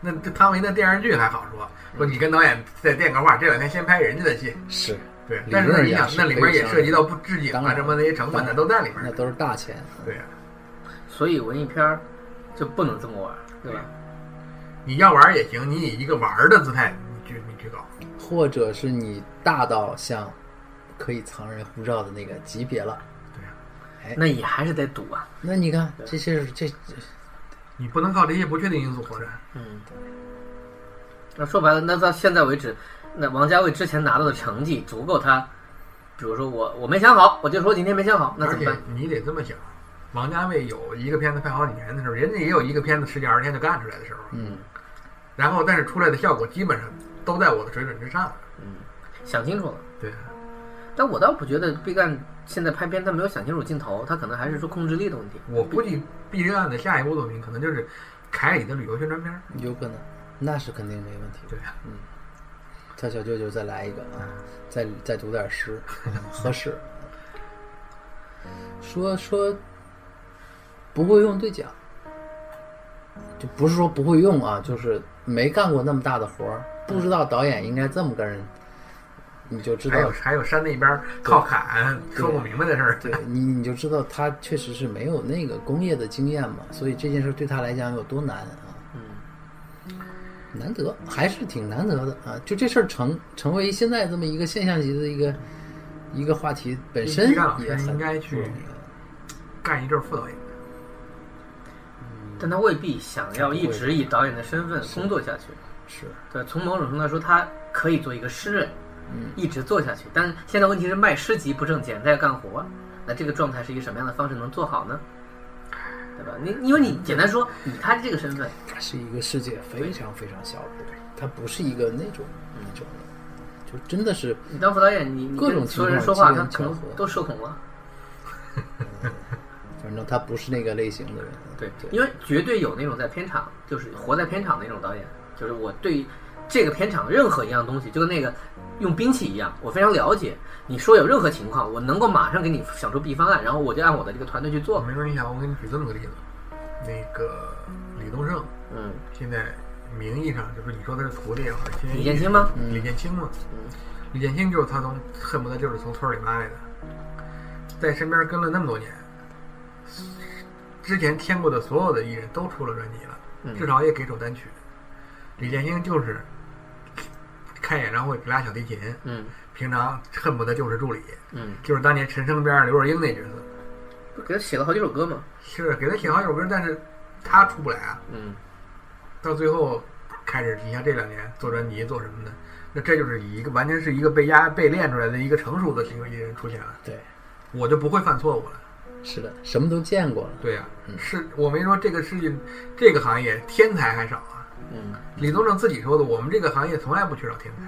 [SPEAKER 2] 那这汤唯那电视剧还好说，说你跟导演再电个话，这两天先拍人家的戏，
[SPEAKER 5] 是，
[SPEAKER 2] 对
[SPEAKER 5] 理。
[SPEAKER 2] 但是
[SPEAKER 5] 论上
[SPEAKER 2] 呢，你想
[SPEAKER 5] 也是
[SPEAKER 2] 那里面也涉及到不置景
[SPEAKER 5] 当
[SPEAKER 2] 啊
[SPEAKER 5] 然
[SPEAKER 2] 什么那些成本
[SPEAKER 5] 当
[SPEAKER 2] 的
[SPEAKER 5] 然
[SPEAKER 2] 都在里面
[SPEAKER 5] 那
[SPEAKER 2] 儿，
[SPEAKER 5] 都是大钱。
[SPEAKER 2] 对呀。
[SPEAKER 6] 所以文艺片儿就不能这么玩，对吧？
[SPEAKER 2] 你要玩儿也行，你以一个玩儿的姿态，你去你去搞。
[SPEAKER 5] 或者是你大到像可以藏人护照的那个级别了。
[SPEAKER 6] 哎那也还是得赌啊。
[SPEAKER 5] 那你看，这些是这
[SPEAKER 2] 你不能靠这些不确定因素活着。
[SPEAKER 6] 嗯，那说白了，那到现在为止，那王家卫之前拿到的成绩足够他，比如说我我没想好，我就说今天没想好，那
[SPEAKER 2] 而
[SPEAKER 6] 怎么
[SPEAKER 2] 且
[SPEAKER 6] 办？
[SPEAKER 2] 你得这么想，王家卫有一个片子拍好几年的时候，人家也有一个片子十几二十天就干出来的时候，
[SPEAKER 5] 嗯，
[SPEAKER 2] 然后但是出来的效果基本上都在我的水准之上。
[SPEAKER 6] 想清楚了。
[SPEAKER 2] 对，
[SPEAKER 6] 但我倒不觉得毕赣现在拍片他没有想清楚镜头，他可能还是说控制力的问题。
[SPEAKER 2] 我估计毕赣的下一部作品可能就是凯里的旅游宣传片儿。
[SPEAKER 5] 有可能，嗯那是肯定没问题。
[SPEAKER 2] 对啊，
[SPEAKER 5] 他小舅舅再来一个啊，再再读点 诗，嗯合适。说说不会用对讲，就不是说不会用啊，就是没干过那么大的活儿，不知道导演应该这么跟人，你就知
[SPEAKER 2] 还有
[SPEAKER 5] 道，
[SPEAKER 2] 还有山那边儿靠坎说不明白的事儿。
[SPEAKER 5] 对你你就知道他确实是没有那个工业的经验嘛，所以这件事对他来讲有多难啊。
[SPEAKER 6] 嗯，
[SPEAKER 5] 难得，还是挺难得的啊！就这事儿成成为现在这么一个现象级的一个一个话题，本身
[SPEAKER 2] 毕赣老师
[SPEAKER 5] 也很
[SPEAKER 2] 应该去
[SPEAKER 5] 不容易
[SPEAKER 2] 干一阵儿副导演，
[SPEAKER 6] 但他未必想要一直以导演的身份工作下去。
[SPEAKER 5] 是
[SPEAKER 6] 对，从某种程度来说，他可以做一个诗人，一直做下去。但是现在问题是卖诗集不挣钱，他要干活，那这个状态是一个什么样的方式能做好呢？对吧？你因为你简单说，以他这个身份，
[SPEAKER 5] 它是一个世界非常非常小的，它不是一个那种那种的，就真的是
[SPEAKER 6] 你当副导演，你你
[SPEAKER 5] 各种
[SPEAKER 6] 跟所有人
[SPEAKER 5] 情
[SPEAKER 6] 说
[SPEAKER 5] 况
[SPEAKER 6] 话，他
[SPEAKER 5] 机
[SPEAKER 6] 可
[SPEAKER 5] 缘巧
[SPEAKER 6] 能
[SPEAKER 5] 合
[SPEAKER 6] 都社恐了。
[SPEAKER 5] 反正他不是那个类型的人。
[SPEAKER 6] 对，
[SPEAKER 5] 对，
[SPEAKER 6] 因为绝对有那种在片场，就是活在片场的那种导演，就是我对这个片场任何一样东西，就跟那个用兵器一样，我非常了解。你说有任何情况，我能够马上给你想出 B 方案，然后我就按我的这个团队去做。
[SPEAKER 2] 没准你想，我给你举这么个例子，那个李东胜
[SPEAKER 6] 嗯，
[SPEAKER 2] 现在名义上就是你说他是徒弟也好，现在
[SPEAKER 6] 李建清吗？
[SPEAKER 2] 李建清嘛，
[SPEAKER 6] 嗯
[SPEAKER 2] 李建清就是他从恨不得就是从村儿里拉来的，在身边跟了那么多年，之前签过的所有的艺人都出了专辑
[SPEAKER 6] 嗯
[SPEAKER 2] 了，至少也给首单曲。李建清就是开演唱会给拉小提琴，
[SPEAKER 6] 嗯
[SPEAKER 2] 平常恨不得就是助理，
[SPEAKER 6] 嗯，
[SPEAKER 2] 就是当年陈升边上刘若英那角色，
[SPEAKER 6] 不是给他写了好几首歌吗？
[SPEAKER 2] 是给他写好几首歌，但是他出不来啊，
[SPEAKER 6] 嗯，
[SPEAKER 2] 到最后开始，你像这两年做专辑做什么的，那这就是以一个完全是一个被压被练出来的一个成熟的一个艺人出现了，
[SPEAKER 5] 对，
[SPEAKER 2] 我就不会犯错误了。
[SPEAKER 5] 是的，什么都见过了。
[SPEAKER 2] 对呀、嗯是我没说这个世界这个行业天才还少啊。
[SPEAKER 6] 嗯，
[SPEAKER 2] 李宗盛自己说的，我们这个行业从来不缺少天才，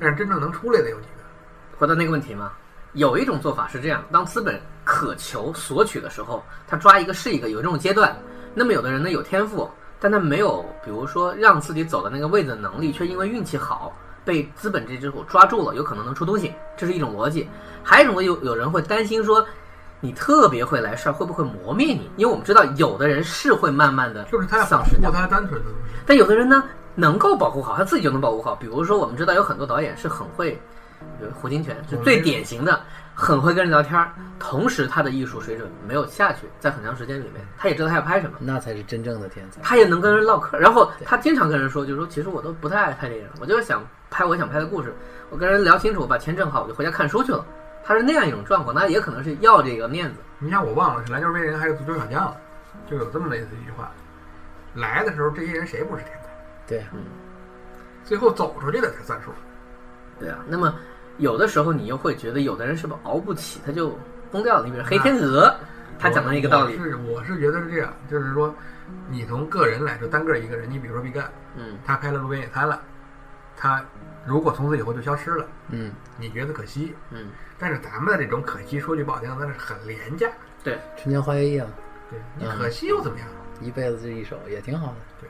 [SPEAKER 2] 但是真正能出来的有几个？
[SPEAKER 6] 回到那个问题嘛，有一种做法是这样：当资本渴求索取的时候，他抓一个是一个，有这种阶段。那么有的人呢有天赋，但他没有，比如说让自己走到那个位子的能力，却因为运气好被资本这只手抓住了，有可能能出东西，这是一种逻辑。还有一种有有人会担心说。你特别会来事儿，会不会磨灭你？因为我们知道，有的人是会慢慢的
[SPEAKER 2] 就是他要
[SPEAKER 6] 丧
[SPEAKER 2] 保
[SPEAKER 6] 失掉
[SPEAKER 2] 护。他单纯的东西。
[SPEAKER 6] 但有的人呢，能够保护好，他自己就能保护好。比如说，我们知道有很多导演是很会，比如胡金铨是最典型的，很会跟人聊天儿，同时他的艺术水准没有下去，在很长时间里面，他也知道他要拍什么。
[SPEAKER 5] 那才是真正的天才。
[SPEAKER 6] 他也能跟人唠嗑，然后他经常跟人说，就是说，其实我都不太爱拍电影，我就是想拍我想拍的故事，我跟人聊清楚，我把钱挣好，我就回家看书去了。他是那样一种状况，那也可能是要这个面子。
[SPEAKER 2] 你像我忘了是篮球飞人还是足球小将了，就有这么类似一句话：来的时候这些人谁不是天才？
[SPEAKER 5] 对啊，
[SPEAKER 2] 最后走出去的才算数。
[SPEAKER 6] 对啊，那么有的时候你又会觉得，有的人是不是熬不起，他就崩掉了。你比如黑天鹅，他讲的一个道理
[SPEAKER 2] 我，是我是觉得是这样，就是说，你从个人来说，单个一个人，你比如说毕赣，
[SPEAKER 6] 嗯，
[SPEAKER 2] 他拍了《路边野餐》了，他如果从此以后就消失了，
[SPEAKER 5] 嗯，
[SPEAKER 2] 你觉得可惜？
[SPEAKER 6] 嗯，
[SPEAKER 2] 但是咱们的这种可惜，说句不好听，那是很廉价。
[SPEAKER 6] 对，
[SPEAKER 5] 春江花月夜嘛，啊
[SPEAKER 2] 对你
[SPEAKER 6] 嗯
[SPEAKER 2] 可惜又怎么样？
[SPEAKER 5] 一辈子就一首，也挺好的。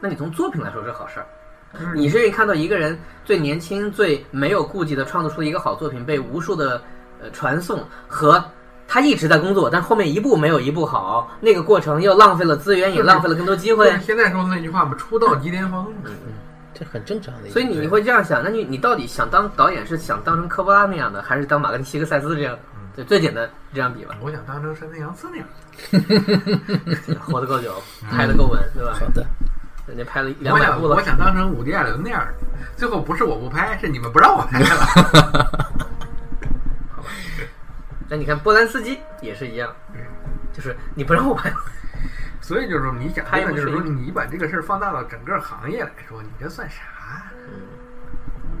[SPEAKER 6] 那你从作品来说是好事儿。
[SPEAKER 2] 就是
[SPEAKER 6] 你是愿意看到一个人最年轻、最没有顾忌的创作出一个好作品，被无数的呃传颂，和他一直在工作，但后面一步没有一步好，那个过程又浪费了资源，也浪费了更多机会
[SPEAKER 2] 就是。现在说的那句话嘛，出道即巅峰。
[SPEAKER 6] 嗯
[SPEAKER 5] 这很正常的一个。
[SPEAKER 6] 所以你你会这样想，那你你到底想当导演是想当成科波拉那样的，还是当马格尼西克塞斯这样的？
[SPEAKER 2] 嗯
[SPEAKER 6] 就最简单这样比吧，
[SPEAKER 2] 我想当成山田洋次那样，
[SPEAKER 6] 活得够久，拍得够稳，对吧？
[SPEAKER 5] 嗯好的，
[SPEAKER 6] 人家拍了两
[SPEAKER 2] 我
[SPEAKER 6] 百
[SPEAKER 2] 想
[SPEAKER 6] 部了
[SPEAKER 2] 我，想当成伍迪·艾伦那样的。最后不是我不拍，是你们不让我拍 了。
[SPEAKER 6] 那你看波兰斯基也是一样，
[SPEAKER 5] 嗯
[SPEAKER 6] 就是你不让我拍，
[SPEAKER 2] 所以就是说，你想
[SPEAKER 6] 拍
[SPEAKER 2] 真
[SPEAKER 6] 不
[SPEAKER 2] 的就是
[SPEAKER 6] 是
[SPEAKER 2] 说，
[SPEAKER 6] 一
[SPEAKER 2] 你把这个事儿放大到整个行业来说，你这算啥？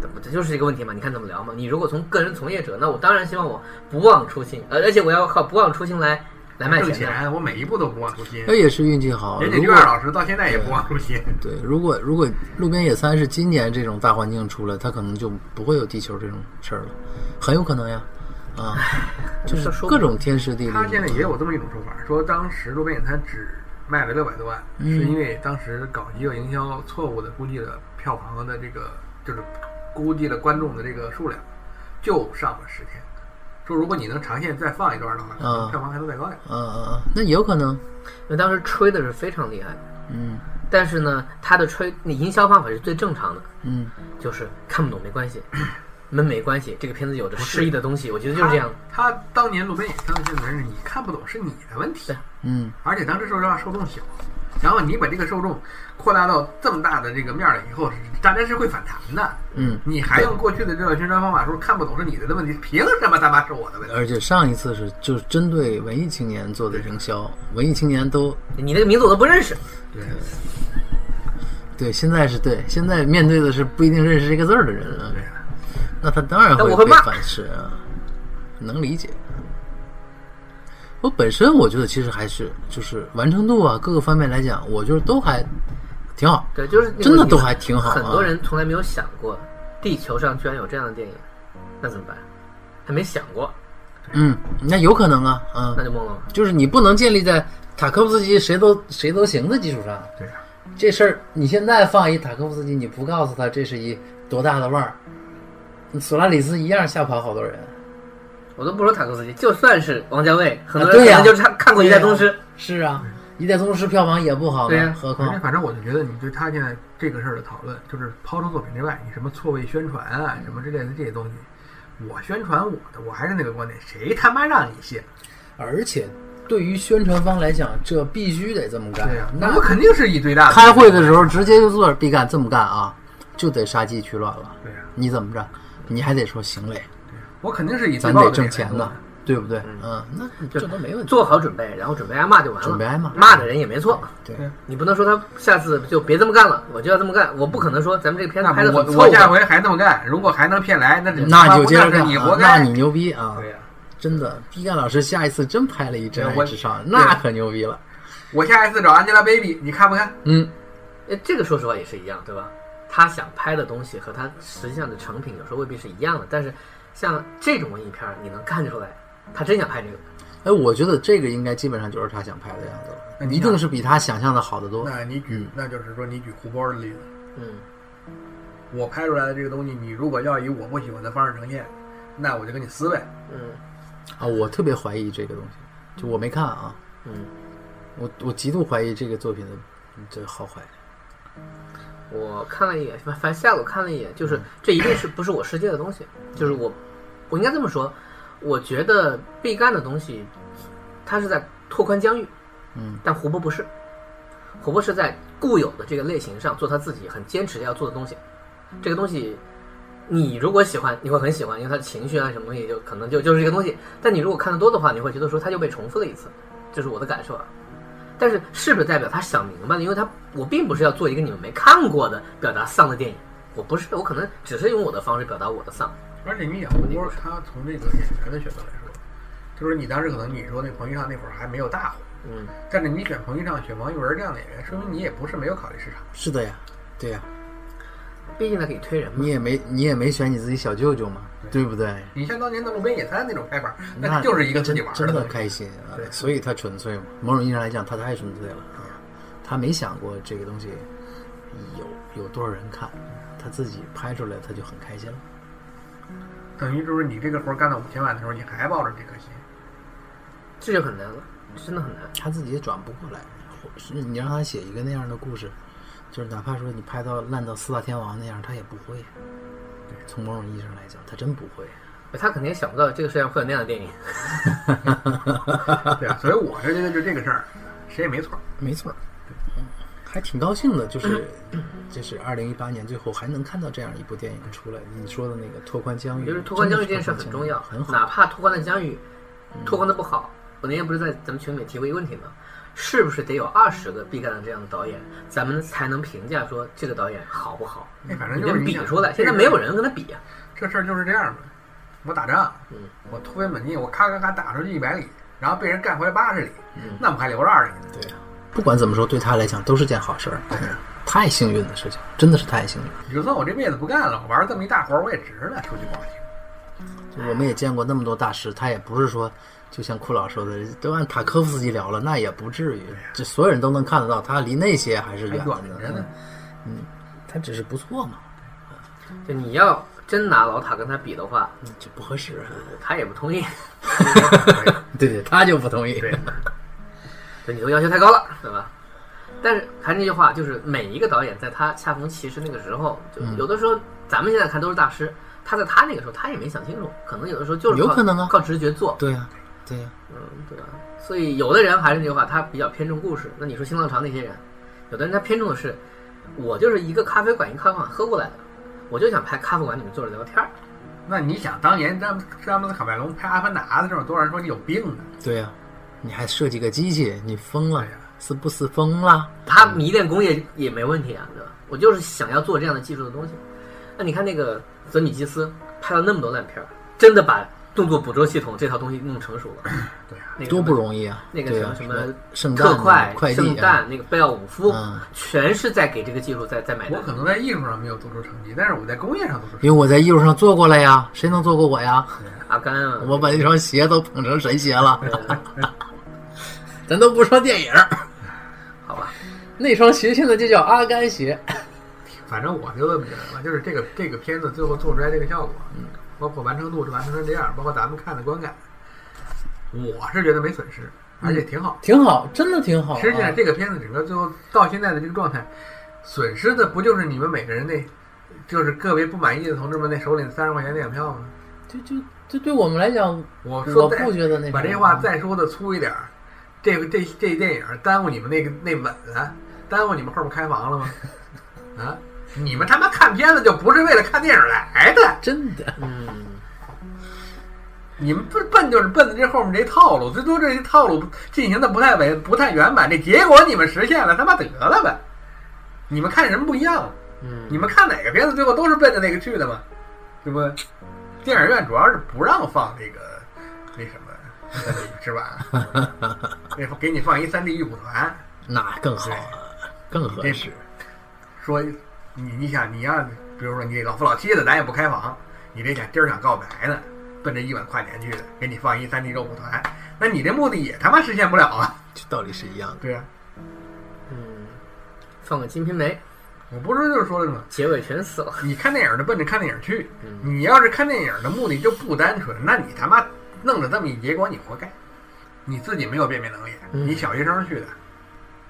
[SPEAKER 6] 怎么这就是一个问题嘛？你看怎么聊嘛？你如果从个人从业者，那我当然希望我不忘初心，呃，而且我要靠不忘初心来来卖
[SPEAKER 2] 挣
[SPEAKER 6] 钱哎的。
[SPEAKER 2] 钱，我每一步都不忘初心。
[SPEAKER 5] 那也是运气好。
[SPEAKER 2] 人家
[SPEAKER 5] 如
[SPEAKER 2] 院
[SPEAKER 5] 果
[SPEAKER 2] 老师到现在也不忘初心。
[SPEAKER 5] 对，如果如果路边野餐是今年这种大环境出来，他可能就不会有地球这种事儿了，很有可能呀。啊，就是
[SPEAKER 6] 这说不
[SPEAKER 5] 各种天时地利。
[SPEAKER 2] 他现在也有这么一种说法，说当时路边野餐只卖了六百多万，
[SPEAKER 5] 嗯
[SPEAKER 2] 是因为当时搞饥饿营销，错误的估计了票房的这个，就是估计了观众的这个数量，就上了十天。说如果你能长线再放一段的话，可能
[SPEAKER 5] 嗯
[SPEAKER 2] 票房还能再高点。
[SPEAKER 5] 嗯嗯嗯，那也有可能。
[SPEAKER 6] 因为当时吹的是非常厉害，
[SPEAKER 5] 嗯
[SPEAKER 6] 但是呢，他的吹那营销方法是最正常的，
[SPEAKER 5] 嗯，
[SPEAKER 6] 就是看不懂没关系，闷没关系，这个片子有着诗意的东西，我觉得就是这样。
[SPEAKER 2] 他他当年路边野餐的这个人是你看不懂是你的问题
[SPEAKER 6] 对，
[SPEAKER 5] 嗯，
[SPEAKER 2] 而且当时说实话受众小，然后你把这个受众扩大到这么大的这个面儿了以后，大家是会反弹的。
[SPEAKER 5] 嗯
[SPEAKER 2] 你还用过去的这种宣传方法说看不懂是你的问题，凭什么他妈是我的问题？
[SPEAKER 5] 而且上一次是就是针对文艺青年做的营销，文艺青年都
[SPEAKER 6] 你那个名字我都不认识，
[SPEAKER 2] 对，
[SPEAKER 5] 对，现在是对，现在面对的是不一定认识这个字儿的人啊，那他当然
[SPEAKER 6] 但我
[SPEAKER 5] 会
[SPEAKER 6] 会
[SPEAKER 5] 被
[SPEAKER 6] 骂
[SPEAKER 5] 反噬啊，能理解。我本身我觉得其实还是就是完成度啊，各个方面来讲，我觉得都还挺好。
[SPEAKER 6] 对，就是那个
[SPEAKER 5] 真的
[SPEAKER 6] 你
[SPEAKER 5] 都还挺好啊
[SPEAKER 6] 很多人从来没有想过，地球上居然有这样的电影，那怎么办？还没想过，
[SPEAKER 5] 嗯，那有可能啊，
[SPEAKER 6] 那
[SPEAKER 5] 嗯，
[SPEAKER 6] 就懵了嘛。
[SPEAKER 5] 就是你不能建立在塔科夫斯基谁都谁都行的基础上。
[SPEAKER 2] 对啊
[SPEAKER 5] 这事儿你现在放一塔科夫斯基，你不告诉他这是一多大的腕儿，索拉里斯一样吓跑好多人。
[SPEAKER 6] 我都不说塔科夫斯基，就算是王家卫，很多
[SPEAKER 5] 啊
[SPEAKER 6] 人
[SPEAKER 5] 对
[SPEAKER 6] 可
[SPEAKER 5] 呀
[SPEAKER 6] 能就看看过《一代宗师》，
[SPEAKER 5] 是啊，一代宗师票房也不好
[SPEAKER 6] 对呀
[SPEAKER 5] 呢，何
[SPEAKER 2] 反正
[SPEAKER 5] 况
[SPEAKER 2] 反正我就觉得你对他现在这个事儿的讨论，就是抛出作品之外，你什么错位宣传啊，什么之类的这些东西，我宣传我的，我还是那个观点，谁他妈让你信？
[SPEAKER 5] 而且对于宣传方来讲，这必须得这么干。
[SPEAKER 2] 对呀、
[SPEAKER 5] 啊那
[SPEAKER 2] 我肯定是一堆大
[SPEAKER 5] 开会的时候直接就坐着必干这么干啊，就得杀鸡取卵了。
[SPEAKER 2] 对呀、
[SPEAKER 5] 你怎么着？你还得说行嘞，
[SPEAKER 2] 我肯定是以
[SPEAKER 5] 咱
[SPEAKER 2] 最高
[SPEAKER 5] 得
[SPEAKER 2] 的
[SPEAKER 5] 挣
[SPEAKER 2] 点来
[SPEAKER 5] 钱
[SPEAKER 2] 做
[SPEAKER 5] 呢
[SPEAKER 2] 的。。
[SPEAKER 5] 对不对？嗯，那这都没问题。
[SPEAKER 6] 做好准备，然后准备挨骂就完了。
[SPEAKER 5] 准备挨骂
[SPEAKER 6] 骂的人也没错。
[SPEAKER 5] 对，
[SPEAKER 6] 你不能说他下次就别这么干了，我就要这么干。我不可能说咱们这个片子
[SPEAKER 2] 啊那
[SPEAKER 6] 拍的
[SPEAKER 2] 我
[SPEAKER 6] 很错
[SPEAKER 2] 我
[SPEAKER 6] 误。
[SPEAKER 2] 下回还这么干，如果还能骗来，那就
[SPEAKER 5] 那你就接着
[SPEAKER 2] 那是
[SPEAKER 5] 干
[SPEAKER 2] 你
[SPEAKER 5] 啊
[SPEAKER 2] 活该。
[SPEAKER 5] 那你牛逼啊！
[SPEAKER 2] 对呀，
[SPEAKER 5] 真的，毕赣老师下一次真拍了一《真
[SPEAKER 2] 对
[SPEAKER 5] 爱
[SPEAKER 2] 我
[SPEAKER 5] 至上》，
[SPEAKER 2] 对
[SPEAKER 5] 那可牛逼了。
[SPEAKER 2] 我下一次找 Angelababy，你看不看？
[SPEAKER 5] 嗯，
[SPEAKER 6] 呃这个说实话也是一样，对吧？他想拍的东西和他实际上的成品有时候未必是一样的，但是像这种文艺片儿，你能看出来他真想拍这个。
[SPEAKER 5] 哎，我觉得这个应该基本上就是他想拍的样子
[SPEAKER 2] 那
[SPEAKER 5] 了，
[SPEAKER 2] 你
[SPEAKER 5] 一
[SPEAKER 2] 想
[SPEAKER 5] 定是比他想象的好得多。
[SPEAKER 2] 那你举，那就是说你举胡包的例子，
[SPEAKER 6] 嗯，
[SPEAKER 2] 我拍出来的这个东西，你如果要以我不喜欢的方式呈现，那我就跟你撕呗。
[SPEAKER 6] 嗯
[SPEAKER 5] 啊，我特别怀疑这个东西，就我没看啊，
[SPEAKER 6] 嗯，
[SPEAKER 5] 我我极度怀疑这个作品的这好坏。
[SPEAKER 6] 我看了一眼，反反正下午看了一眼，就是这一定是不是我世界的东西，就是我，我应该这么说，我觉得毕赣的东西，他是在拓宽疆域，
[SPEAKER 5] 嗯，
[SPEAKER 6] 但胡波不是，胡波是在固有的这个类型上做他自己很坚持要做的东西，这个东西。你如果喜欢，你会很喜欢，因为他的情绪啊什么东西就可能就就是这个东西。但你如果看得多的话，你会觉得说他又被重复了一次，这是我的感受啊。但是是不是代表他想明白了？因为他我并不是要做一个你们没看过的表达丧的电影，我不是，我可能只是用我的方式表达我的丧。
[SPEAKER 2] 而且你想，胡波他从这个演员的选择来说，就是你当时可能你说那彭昱畅那会儿还没有大火，
[SPEAKER 6] 嗯，
[SPEAKER 2] 但是你选彭昱畅、选王一文这样的演员，说明你也不是没有考虑市场。
[SPEAKER 5] 是的呀，对呀，
[SPEAKER 6] 毕竟他可以推人
[SPEAKER 2] 嗯
[SPEAKER 6] 嘛
[SPEAKER 5] 你。也没你也没选你自己小舅舅嘛，对不对？
[SPEAKER 2] 你像当年的《路边野餐》那种拍法，
[SPEAKER 5] 那
[SPEAKER 2] 那就是一个自己玩
[SPEAKER 5] 真真
[SPEAKER 2] 东
[SPEAKER 5] 的
[SPEAKER 2] 西。
[SPEAKER 5] 开心啊
[SPEAKER 2] 对！
[SPEAKER 5] 所以他纯粹嘛，某种意义上来讲，他太纯粹了啊！他没想过这个东西有有多少人看，他自己拍出来他就很开心了。
[SPEAKER 2] 等于就是你这个活儿干到五千万的时候，你还抱着这颗 心，
[SPEAKER 6] 这就很难了，真的很难。
[SPEAKER 5] 他自己也转不过来，或是你让他写一个那样的故事，就是哪怕说你拍到烂到四大天王那样，他也不会。从某种意义上来讲，他真不会。
[SPEAKER 6] 他肯定也想不到这个世界上会有那样的电影。
[SPEAKER 2] 对啊，所以我是觉得就这个事儿，谁也没错儿。
[SPEAKER 5] 没错儿，嗯还挺高兴的，就是 就是二零一八年最后还能看到这样一部电影出来。你说的那个拓宽疆
[SPEAKER 6] 我
[SPEAKER 5] 域，
[SPEAKER 6] 觉得拓宽疆域这件事
[SPEAKER 5] 真的
[SPEAKER 6] 很
[SPEAKER 5] 是拓
[SPEAKER 6] 重
[SPEAKER 5] 宽
[SPEAKER 6] 要，
[SPEAKER 5] 疆域很
[SPEAKER 6] 哪
[SPEAKER 5] 好。嗯
[SPEAKER 6] 怕拓宽的疆域拓宽的不好，我那天不是在咱们群里面提过一个问题吗？是不是得有二十个毕赣的这样的导演，咱们才能评价说这个导演好不好？
[SPEAKER 5] 嗯
[SPEAKER 2] 那哎反正
[SPEAKER 6] 嗯你
[SPEAKER 2] 就
[SPEAKER 6] 跟
[SPEAKER 2] 是
[SPEAKER 6] 比
[SPEAKER 2] 想
[SPEAKER 6] 出来，现在没有人跟他比啊。
[SPEAKER 2] 这事儿就是这样的。我打仗，
[SPEAKER 6] 嗯
[SPEAKER 2] 我突飞猛进，我咔咔咔打出去一百里，然后被人干回来八十里，
[SPEAKER 6] 嗯
[SPEAKER 2] 那我们还留着二十里呢。
[SPEAKER 5] 对啊，不管怎么说，对他来讲都是件好事儿。 太幸运的事情，真的是太幸运了。
[SPEAKER 2] 你就算我这辈子不干了，我玩这么一大活儿，我也值了。出去逛街，
[SPEAKER 5] 就我们也见过那么多大师，他也不是说，就像库老说的，都按塔科夫斯基聊了，那也不至
[SPEAKER 6] 哎
[SPEAKER 5] 于。这所有人都能看得到，他离那些还是远
[SPEAKER 2] 还
[SPEAKER 5] 的
[SPEAKER 2] 远着
[SPEAKER 5] 呢
[SPEAKER 2] 呢。
[SPEAKER 5] 嗯，他只是不错嘛，
[SPEAKER 6] 就你要真拿老塔跟他比的话，
[SPEAKER 5] 这不合 适、啊。
[SPEAKER 6] 他也不同意。
[SPEAKER 5] 对对，他就不同意。
[SPEAKER 2] 对，
[SPEAKER 6] 对你的要求太高了，对吧？但是还是那句话，就是每一个导演在他恰逢其时那个时候，就
[SPEAKER 5] 嗯
[SPEAKER 6] 有的时候咱们现在看都是大师，他在他那个时候他也没想清楚，可能有的时候就是靠
[SPEAKER 5] 有可能啊
[SPEAKER 6] 靠直觉做，
[SPEAKER 5] 对呀、对啊呀、
[SPEAKER 6] 嗯，对吧？所以有的人还是那句话，他比较偏重故事。那你说新浪潮那些人，有的人他偏重的是，我就是一个咖啡馆一咖啡馆喝过来的，我就想拍咖啡馆里面坐着聊天儿。
[SPEAKER 2] 那你想当年詹姆詹姆斯卡麦隆拍《阿凡达》的时候，多少人说你有病呢？
[SPEAKER 5] 对呀、你还设计个机器，你疯了
[SPEAKER 6] 啊
[SPEAKER 5] 呀？是不是疯了？
[SPEAKER 6] 他迷恋工业也没问题啊，对吧？我就是想要做这样的技术的东西。那你看那个泽米基斯拍了那么多烂片儿，真的把动作捕捉系统这套东西弄成熟了，
[SPEAKER 2] 对啊，
[SPEAKER 6] 那个
[SPEAKER 5] 多不
[SPEAKER 6] 什么
[SPEAKER 5] 容易啊！
[SPEAKER 6] 那个
[SPEAKER 5] 对
[SPEAKER 6] 什
[SPEAKER 5] 呀
[SPEAKER 6] 么什么
[SPEAKER 5] 圣诞
[SPEAKER 6] 特
[SPEAKER 5] 啊、、
[SPEAKER 6] 快
[SPEAKER 5] 快递
[SPEAKER 6] 圣
[SPEAKER 5] 啊，
[SPEAKER 6] 诞那个贝奥武夫
[SPEAKER 5] 嗯，
[SPEAKER 6] 全是在给这个技术在在买
[SPEAKER 2] 我
[SPEAKER 6] 单。
[SPEAKER 2] 可能在艺术上没有做出成绩，但是我在工业上做出成绩。
[SPEAKER 5] 因为我在艺术上做过了呀，谁能做过我呀？
[SPEAKER 6] 阿甘啊，
[SPEAKER 5] 我把那双鞋都捧成神鞋了。 咱都不说电影，
[SPEAKER 6] 好吧，
[SPEAKER 5] 那双鞋现在就叫阿甘鞋。
[SPEAKER 2] 反正我就这么觉得吧，就是这个这个片子最后做出来这个效果，包括完成度是完成成这样，包括咱们看的观感，我是觉得没损失，而且挺好。
[SPEAKER 5] 挺好，真的挺好、啊。
[SPEAKER 2] 实际上，这个片子整个最后到现在的这个状态，损失的不就是你们每个人那，就是个别不满意的同志们那手里的三十块钱电影票吗？
[SPEAKER 5] 就就就对我们来讲，
[SPEAKER 2] 我
[SPEAKER 5] 我
[SPEAKER 2] 说再
[SPEAKER 5] 不觉得那
[SPEAKER 2] 把
[SPEAKER 5] 什
[SPEAKER 2] 这
[SPEAKER 5] 么
[SPEAKER 2] 话再说的粗一点儿，这个这这电影耽误你们那个那吻啊，耽误你们后面开房了吗？ 啊，你们他妈看片子就不是为了看电影来的。
[SPEAKER 5] 真的，
[SPEAKER 6] 嗯，
[SPEAKER 2] 你们笨笨就是笨的这后面这套路，最多这些套路进行的不太完不太圆满，这结果你们实现了，他妈得了呗。你们看人不一样，
[SPEAKER 6] 嗯，
[SPEAKER 2] 你们看哪个片子最后都是奔着那个去的嘛，对不？电影院主要是不让放这个那什么，是吧？那给你放一三 D 玉蒲团，
[SPEAKER 5] 那更好啊，更合
[SPEAKER 2] 这
[SPEAKER 5] 适。
[SPEAKER 2] 说你你想你要比如说你老夫老妻的，咱也不开房，你这想今儿想告白呢，奔着一碗跨年去的，给你放一三 D 肉蒲团，那你这目的也他妈实现不了啊！
[SPEAKER 5] 这道理是一样的。
[SPEAKER 2] 对啊，
[SPEAKER 6] 嗯，放个《金瓶梅》，
[SPEAKER 2] 我不是就是说了吗？
[SPEAKER 6] 结尾全死了。
[SPEAKER 2] 你看电影儿就奔着看电影儿去，你要是看电影儿的目的就不单纯，那你他妈弄了这么一结果，你活该，你自己没有辨别能力，你小学生去的，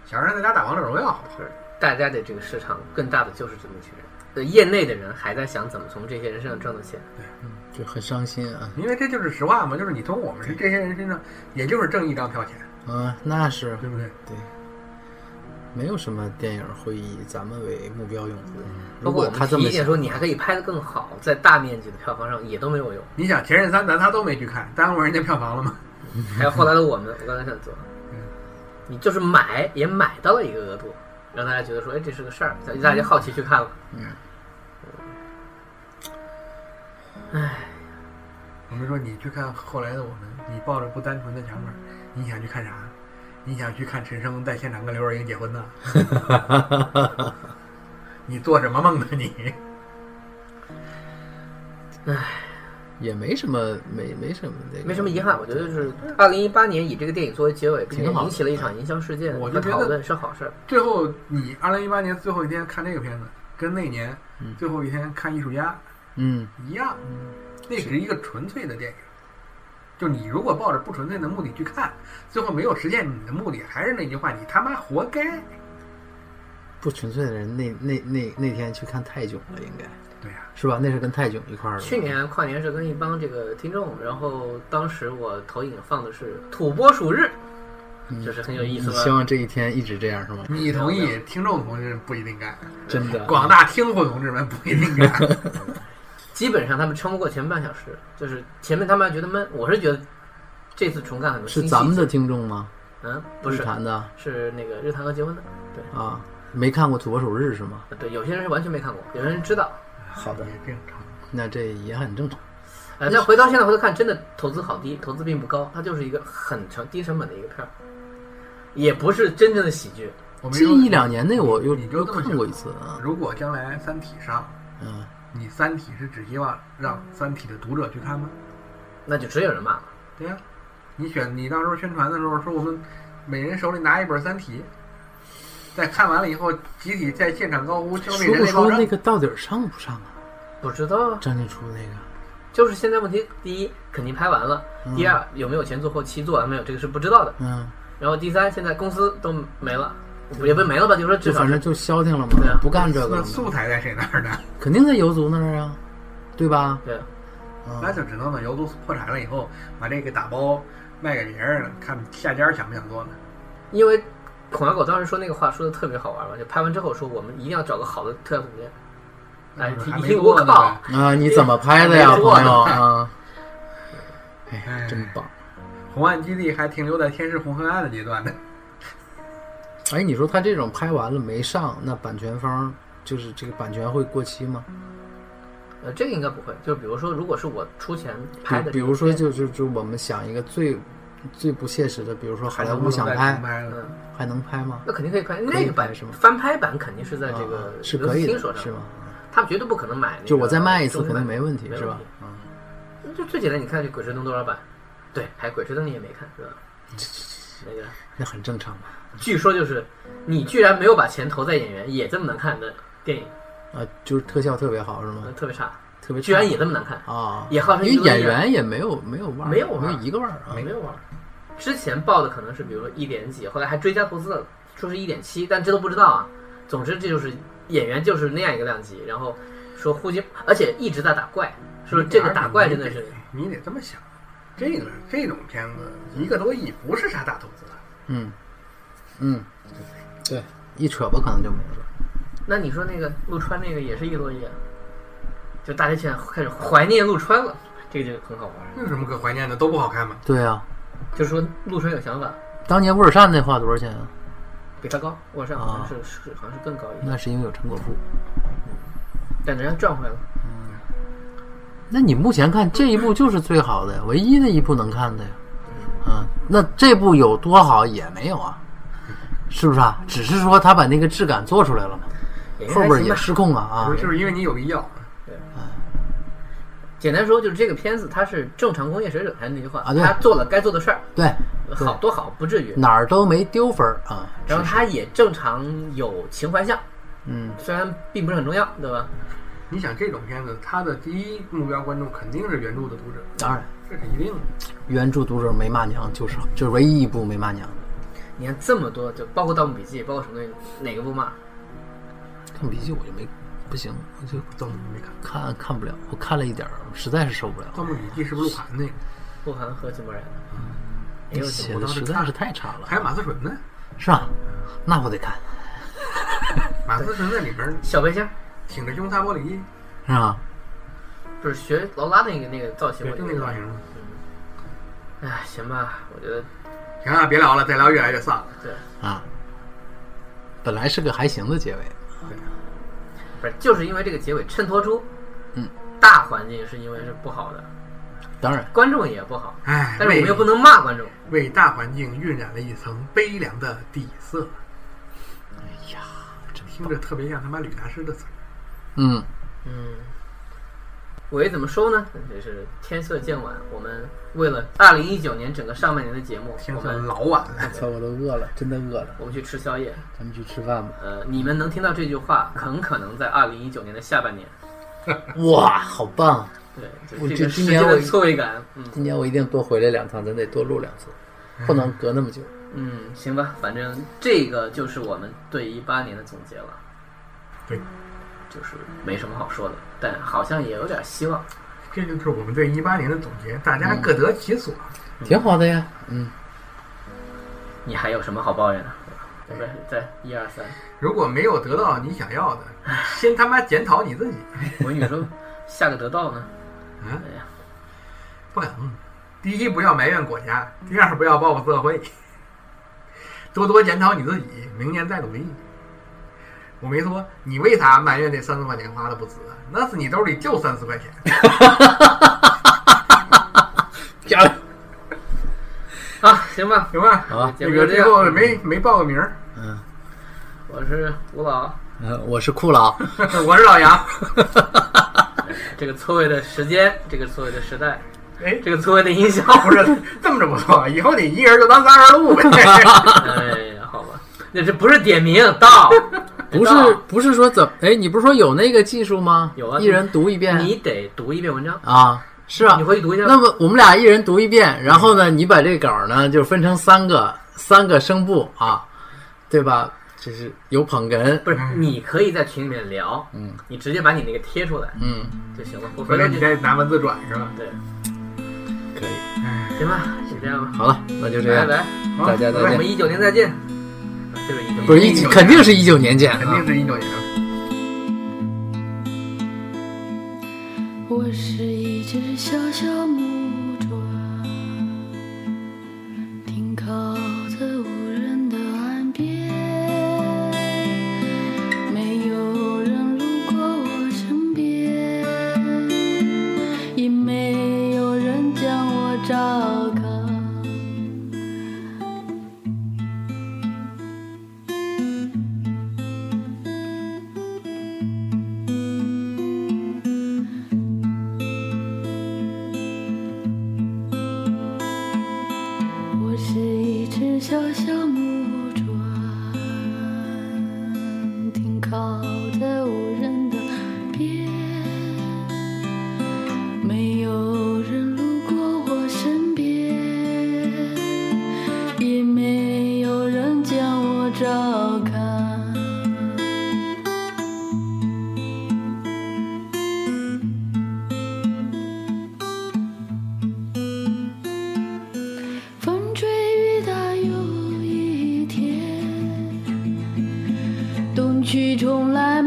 [SPEAKER 2] 小学生在家打王者荣耀好不好？
[SPEAKER 6] 就是大家的这个市场更大的就是这么一群人，呃，业内的人还在想怎么从这些人身上挣到钱。
[SPEAKER 5] 就很伤心啊
[SPEAKER 2] 因为这就是实话嘛，就是你从我们这些人身上，也就是挣一张票钱，
[SPEAKER 5] 啊，那是
[SPEAKER 2] 对不对？
[SPEAKER 5] 对，没有什么电影会以咱们为目标用户。
[SPEAKER 6] 嗯包
[SPEAKER 5] 如
[SPEAKER 6] 括
[SPEAKER 5] 果
[SPEAKER 6] 我
[SPEAKER 5] 他
[SPEAKER 6] 们
[SPEAKER 5] 这
[SPEAKER 6] 提
[SPEAKER 5] 么
[SPEAKER 6] 意见
[SPEAKER 5] 想
[SPEAKER 6] 说，你还可以拍得更好，在大面积的票房上也都没有用。
[SPEAKER 2] 你想《前任三》咱仨都没去看，耽误人家票房了吗？
[SPEAKER 5] 嗯
[SPEAKER 6] 还有后来的我们，我刚才想做，嗯你就是买也买到了一个额度，让大家觉得说，哎，这是个事儿，大家就好奇去看了。
[SPEAKER 5] 嗯
[SPEAKER 2] 我们说你去看后来的我们，你抱着不单纯的想法，你想去看啥？你想去看陈升在现场跟刘若英结婚呢？ 你做什么梦呢你？
[SPEAKER 5] 也没什么，没没什么那个，
[SPEAKER 6] 没什么遗憾，我觉得就是二零一八年以这个电影作为结尾，并且
[SPEAKER 5] 挺好的
[SPEAKER 6] 引起了一场营销事件
[SPEAKER 2] 我就
[SPEAKER 6] 和
[SPEAKER 2] 觉得
[SPEAKER 6] 讨论是好事儿。
[SPEAKER 2] 最后你二零一八年最后一天看这个片子，跟那年最后一天看《艺术家
[SPEAKER 5] 嗯，》
[SPEAKER 2] 一样，那只是一个纯粹的电影。就你如果抱着不纯粹的目的去看，最后没有实现你的目的，还是那句话，你他妈活该。
[SPEAKER 5] 不纯粹的人那那那那天去看泰囧了，应该
[SPEAKER 2] 对啊呀、
[SPEAKER 5] 是吧？那是跟泰囧一块儿的。
[SPEAKER 6] 去年跨年是跟一帮这个听众，然后当时我投影放的是《土拨鼠日》，
[SPEAKER 5] 嗯
[SPEAKER 6] 就是很有意思
[SPEAKER 5] 你
[SPEAKER 6] 吧？
[SPEAKER 5] 希望这一天一直这样是吗？
[SPEAKER 2] 你同意，听众同志不一定干，
[SPEAKER 5] 真的，
[SPEAKER 2] 广大听户同志们不一定干。
[SPEAKER 6] 基本上他们撑不过前半小时，就是前面他们还觉得闷，我是觉得这次重看很多
[SPEAKER 5] 是
[SPEAKER 6] 新细
[SPEAKER 5] 咱们
[SPEAKER 6] 节
[SPEAKER 5] 的听众吗？
[SPEAKER 6] 嗯，不是
[SPEAKER 5] 日坛的
[SPEAKER 6] 是那个日坛和结婚的，对
[SPEAKER 5] 啊，没看过《土拨鼠日》是吗？
[SPEAKER 6] 对，有些人是完全没看过，有些人知道。
[SPEAKER 5] 好的
[SPEAKER 2] 也，正常。
[SPEAKER 5] 那这也很正常。
[SPEAKER 6] 呃，但回到现在回头看，真的投资好低，投资并不高，它就是一个很成低成本的一个片儿，也不是真正的喜剧。
[SPEAKER 2] 我没说
[SPEAKER 5] 近一两年内，我又
[SPEAKER 2] 你
[SPEAKER 5] 又
[SPEAKER 2] 就这么
[SPEAKER 5] 看
[SPEAKER 2] 想
[SPEAKER 5] 过一次啊，
[SPEAKER 2] 如果将来《三体》上，
[SPEAKER 5] 嗯，
[SPEAKER 2] 你《三体》是只希望让《三体》的读者去看吗？
[SPEAKER 6] 那就只有人骂了。
[SPEAKER 2] 对呀、你选你到时候宣传的时候说我们每人手里拿一本《三体》，在看完了以后集体在现场高呼消灭
[SPEAKER 5] 说
[SPEAKER 2] 人
[SPEAKER 5] 不
[SPEAKER 2] 类暴
[SPEAKER 5] 说那
[SPEAKER 2] 政。
[SPEAKER 5] 个到底儿上不上啊？
[SPEAKER 6] 不知道啊，
[SPEAKER 5] 张静初那个，
[SPEAKER 6] 就是现在问题，第一肯定拍完了，第二有没有钱做后期，做完没有这个是不知道的。
[SPEAKER 5] 嗯，
[SPEAKER 6] 然后第三，现在公司都没了，也不是没了吧，就是说至
[SPEAKER 5] 就
[SPEAKER 6] 少
[SPEAKER 5] 反
[SPEAKER 6] 是
[SPEAKER 5] 正就消停了嘛
[SPEAKER 6] 对啊，
[SPEAKER 5] 不干这个
[SPEAKER 2] 那
[SPEAKER 5] 了嘛，
[SPEAKER 2] 素材在谁那儿呢？
[SPEAKER 5] 肯定在游族那儿啊，对吧？
[SPEAKER 6] 对，
[SPEAKER 5] 啊
[SPEAKER 2] 那就只能等游族破产了以后，把这个打包卖给别人了，看下家想不想做呢？
[SPEAKER 6] 因为孔小狗当时说那个话说的特别好玩嘛，就拍完之后说我们一定要找个好的特效总监。哎，
[SPEAKER 2] 嗯
[SPEAKER 6] 一
[SPEAKER 2] 还
[SPEAKER 6] 听一
[SPEAKER 2] 没
[SPEAKER 6] 听
[SPEAKER 2] 做
[SPEAKER 6] 我
[SPEAKER 2] 呢
[SPEAKER 6] 靠，
[SPEAKER 5] 啊，你怎么拍的呀，
[SPEAKER 6] 没做
[SPEAKER 5] 朋友
[SPEAKER 6] 呢
[SPEAKER 5] 啊？哎呀
[SPEAKER 2] 哎，
[SPEAKER 5] 真棒！
[SPEAKER 2] 红岸基地还停留在天是红和暗的阶段呢。
[SPEAKER 5] 哎，你说他这种拍完了没上，那版权方就是这个版权会过期吗？
[SPEAKER 6] 呃，这个应该不会。就是比如说，如果是我出钱拍的，
[SPEAKER 5] 比比如说，，就就就我们想一个最最不切实的，比如说好莱
[SPEAKER 2] 能
[SPEAKER 5] 坞
[SPEAKER 2] 不
[SPEAKER 5] 想
[SPEAKER 2] 能再重
[SPEAKER 5] 拍，
[SPEAKER 2] 拍了。
[SPEAKER 6] 嗯，
[SPEAKER 5] 还能拍吗？
[SPEAKER 6] 那肯定可以拍。
[SPEAKER 5] 可以
[SPEAKER 6] 那个版
[SPEAKER 5] 拍是吗
[SPEAKER 6] 翻拍版肯定是在这
[SPEAKER 5] 啊
[SPEAKER 6] 个
[SPEAKER 5] 是可以
[SPEAKER 6] 流
[SPEAKER 5] 的
[SPEAKER 6] 行，说上
[SPEAKER 5] 是吗？？
[SPEAKER 6] 他们绝对不可能买那个中文版。
[SPEAKER 5] 就我再卖一次肯定没问题，
[SPEAKER 6] 没
[SPEAKER 5] 是吧？
[SPEAKER 6] 题？就最简单，你看这《鬼吹灯》多少版？对，还《鬼吹灯》你也没看 是吧？那个，
[SPEAKER 5] 那很正常吧？
[SPEAKER 6] 据说就是你居然没有把钱投在演员也这么难看的电影，
[SPEAKER 5] 啊，就是特效特别好是
[SPEAKER 6] 呃
[SPEAKER 5] 吗？
[SPEAKER 6] 特别差，
[SPEAKER 5] 特别
[SPEAKER 6] 居然
[SPEAKER 5] 差
[SPEAKER 6] 也这么难看，
[SPEAKER 5] 啊，
[SPEAKER 6] 也号称
[SPEAKER 5] 因为
[SPEAKER 6] 娱乐
[SPEAKER 5] 演员也没有没有腕儿，
[SPEAKER 6] 没有腕
[SPEAKER 5] 没
[SPEAKER 6] 儿
[SPEAKER 5] 有一个腕儿啊，
[SPEAKER 6] 没有玩儿。之前报的可能是比如说一点几，后来还追加投资了，说是一点七，但这都不知道啊。总之这就是演员就是那样一个量级，然后说呼吸，而且一直在打怪，说这个打怪真的是
[SPEAKER 2] 你得这么想，这个这种片子一个多亿不是啥大投资，
[SPEAKER 5] 嗯嗯，对，一扯吧可能就没了。
[SPEAKER 6] 那你说那个陆川那个也是一个多亿啊，就大家现在开始怀念陆川了。这个就很好玩。
[SPEAKER 2] 有什么可怀念的？都不好看嘛。
[SPEAKER 5] 对啊，
[SPEAKER 6] 就是说陆神有想法，
[SPEAKER 5] 当年沃尔善那画多少钱啊？
[SPEAKER 6] 比他高，我上好像是是好像是更高一点，
[SPEAKER 5] 那是因为有陈果富。
[SPEAKER 6] 但人家赚回来了。
[SPEAKER 5] 那你目前看这一部就是最好的呀，唯一的一部能看的呀。嗯，那这部有多好也没有啊，是不是啊？只是说他把那个质感做出来了嘛，
[SPEAKER 6] 也
[SPEAKER 5] 后
[SPEAKER 6] 还
[SPEAKER 5] 边
[SPEAKER 6] 行
[SPEAKER 5] 也
[SPEAKER 6] 吧。
[SPEAKER 5] 失控了啊
[SPEAKER 2] 不。是，就是因为你有必要。
[SPEAKER 6] 简单说就是这个片子它是正常工业水准，还是那句话，
[SPEAKER 5] 啊对
[SPEAKER 6] 他做了该做的事儿，
[SPEAKER 5] 对，嗯
[SPEAKER 6] 好多好不至于。
[SPEAKER 5] 哪儿都没丢分儿啊。
[SPEAKER 6] 然后他也正常有情怀项，
[SPEAKER 5] 嗯，
[SPEAKER 6] 虽然并不是很重要，对吧？
[SPEAKER 2] 你想这种片子，它的第一目标观众肯定是原著的读者，
[SPEAKER 5] 当然，
[SPEAKER 2] 这是一定的。
[SPEAKER 5] 原著读者没骂娘就是好，就是唯一一部没骂娘的。
[SPEAKER 6] 你看这么多，就包括《盗墓笔记》，包括什么东西，哪个不骂？
[SPEAKER 5] 看笔记我就没，不行，我就
[SPEAKER 2] 盗墓没看，
[SPEAKER 5] 看看不了，我看了一点儿，实在是受不了。
[SPEAKER 2] 《盗墓笔记》是不是鹿晗那个？
[SPEAKER 6] 鹿晗和井柏然，
[SPEAKER 5] 你
[SPEAKER 6] 也有
[SPEAKER 5] 写
[SPEAKER 6] 井
[SPEAKER 5] 的实在是太差了
[SPEAKER 2] 还，有马思纯呢？
[SPEAKER 5] 是吧？那我得看，
[SPEAKER 2] 马思纯在里边
[SPEAKER 6] 小白虾，
[SPEAKER 2] 挺着胸擦玻璃，
[SPEAKER 5] 是吧？
[SPEAKER 6] 就是学劳拉那个那个造型，
[SPEAKER 2] 对，
[SPEAKER 6] 我觉
[SPEAKER 2] 就
[SPEAKER 6] 得
[SPEAKER 2] 那个造型嘛。
[SPEAKER 6] 哎，行吧，我觉得
[SPEAKER 2] 行啊，别聊了，再聊越来越丧了。
[SPEAKER 6] 对，
[SPEAKER 5] 啊，本来是个还行的结尾，
[SPEAKER 6] 不是，就是因为这个结尾衬托出，
[SPEAKER 5] 嗯，
[SPEAKER 6] 大环境是因为是不好的，
[SPEAKER 5] 当然
[SPEAKER 6] 观众也不好，
[SPEAKER 2] 哎，
[SPEAKER 6] 但是我们
[SPEAKER 2] 为
[SPEAKER 6] 又不能骂观众，
[SPEAKER 2] 为大环境晕染了一层悲凉的底色。哎呀，听着特别像他妈吕大师的词儿。
[SPEAKER 5] 嗯，
[SPEAKER 6] 嗯。我也怎么说呢？这是天色渐晚，我们为了二零一九年整个上半年的节目，
[SPEAKER 2] 听
[SPEAKER 6] 我
[SPEAKER 2] 着
[SPEAKER 6] 们
[SPEAKER 2] 老晚了，
[SPEAKER 5] 操，我都饿了，真的饿了，
[SPEAKER 6] 我们去吃宵夜。
[SPEAKER 5] 咱们去吃饭吧。
[SPEAKER 6] 呃，你们能听到这句话，很可能在二零一九年的下半年。
[SPEAKER 5] 哇，好棒！
[SPEAKER 6] 对，
[SPEAKER 5] 我
[SPEAKER 6] 就这
[SPEAKER 5] 这今
[SPEAKER 6] 个时
[SPEAKER 5] 年
[SPEAKER 6] 间
[SPEAKER 5] 我
[SPEAKER 6] 的错位感，嗯
[SPEAKER 5] 今年我一定多回来两趟，咱得多录两次，不能隔那么久。
[SPEAKER 6] 嗯，行吧，反正这个就是我们对一八年的总结了。
[SPEAKER 2] 对，
[SPEAKER 6] 就是没什么好说的，但好像也有点希望。
[SPEAKER 2] 这就是我们对一八年的总结，大家各得其所。
[SPEAKER 5] 挺好的呀，嗯，
[SPEAKER 6] 你还有什么好抱怨的？
[SPEAKER 5] 哎
[SPEAKER 6] 对吧？在一二三，
[SPEAKER 2] 如果没有得到你想要的，先他妈检讨你自己，
[SPEAKER 6] 我跟你说，下个得到呢？
[SPEAKER 5] 啊
[SPEAKER 2] 嗯
[SPEAKER 6] 哎呀，
[SPEAKER 2] 不可能。第一，不要埋怨国家；第二，不要报复社会，多多检讨你自己，明年再努力。我没说你为啥埋怨这三十块钱花的不值，啊那是你兜里就三十块钱。
[SPEAKER 5] 漂亮。
[SPEAKER 6] 啊，行吧，
[SPEAKER 2] 行吧，
[SPEAKER 5] 好吧
[SPEAKER 2] 这个最后没没报个名儿，
[SPEAKER 5] 嗯，
[SPEAKER 6] 我是吴老。
[SPEAKER 5] 呃，我是酷 佬，
[SPEAKER 2] 我是老杨。
[SPEAKER 6] 这个错位的时间，这个错位的时代，
[SPEAKER 2] 哎，
[SPEAKER 6] 这个错位的音效，
[SPEAKER 2] 不是这么着不错，以后你一人就当仨人录呗。
[SPEAKER 6] 哎呀，好吧，那这不是点名到，
[SPEAKER 5] 不是不是说怎么？哎，你不是说有那个技术吗？
[SPEAKER 6] 有啊
[SPEAKER 5] 一人读一遍。
[SPEAKER 6] 你得读一遍文章，
[SPEAKER 5] 啊，是啊，
[SPEAKER 6] 你回去读一下吧
[SPEAKER 5] 那么我们俩一人读一遍，然后呢，你把这稿呢就分成三个三个声部啊，对吧？就是有捧哏，
[SPEAKER 6] 不是，你可以在群里面聊，嗯，你直接把你那个贴出来
[SPEAKER 5] 嗯，
[SPEAKER 6] 就行了。我
[SPEAKER 2] 回
[SPEAKER 6] 回
[SPEAKER 2] 来
[SPEAKER 6] 头
[SPEAKER 2] 你
[SPEAKER 6] 就嗯
[SPEAKER 2] 再拿文字转是吧？
[SPEAKER 6] 对，
[SPEAKER 5] 可以，
[SPEAKER 6] 行吧，就这样吧，
[SPEAKER 5] 好了，那就这
[SPEAKER 6] 拜
[SPEAKER 5] 样，
[SPEAKER 6] 拜，
[SPEAKER 2] 好
[SPEAKER 5] 大家再
[SPEAKER 6] 我
[SPEAKER 5] 见
[SPEAKER 6] 们。一九年再嗯见，就是一九
[SPEAKER 5] 不是一肯定是一九年见
[SPEAKER 2] 肯
[SPEAKER 5] 啊
[SPEAKER 2] 定。是一九年。
[SPEAKER 4] 我是一只小小木爪，停靠在无人的岸边，没有人路过我身边，也没有人将我照看。我是一只小小木船，停靠在无人的边，没有人路过我身边，也没有人将我照看。风吹雨打又一天，冬去春来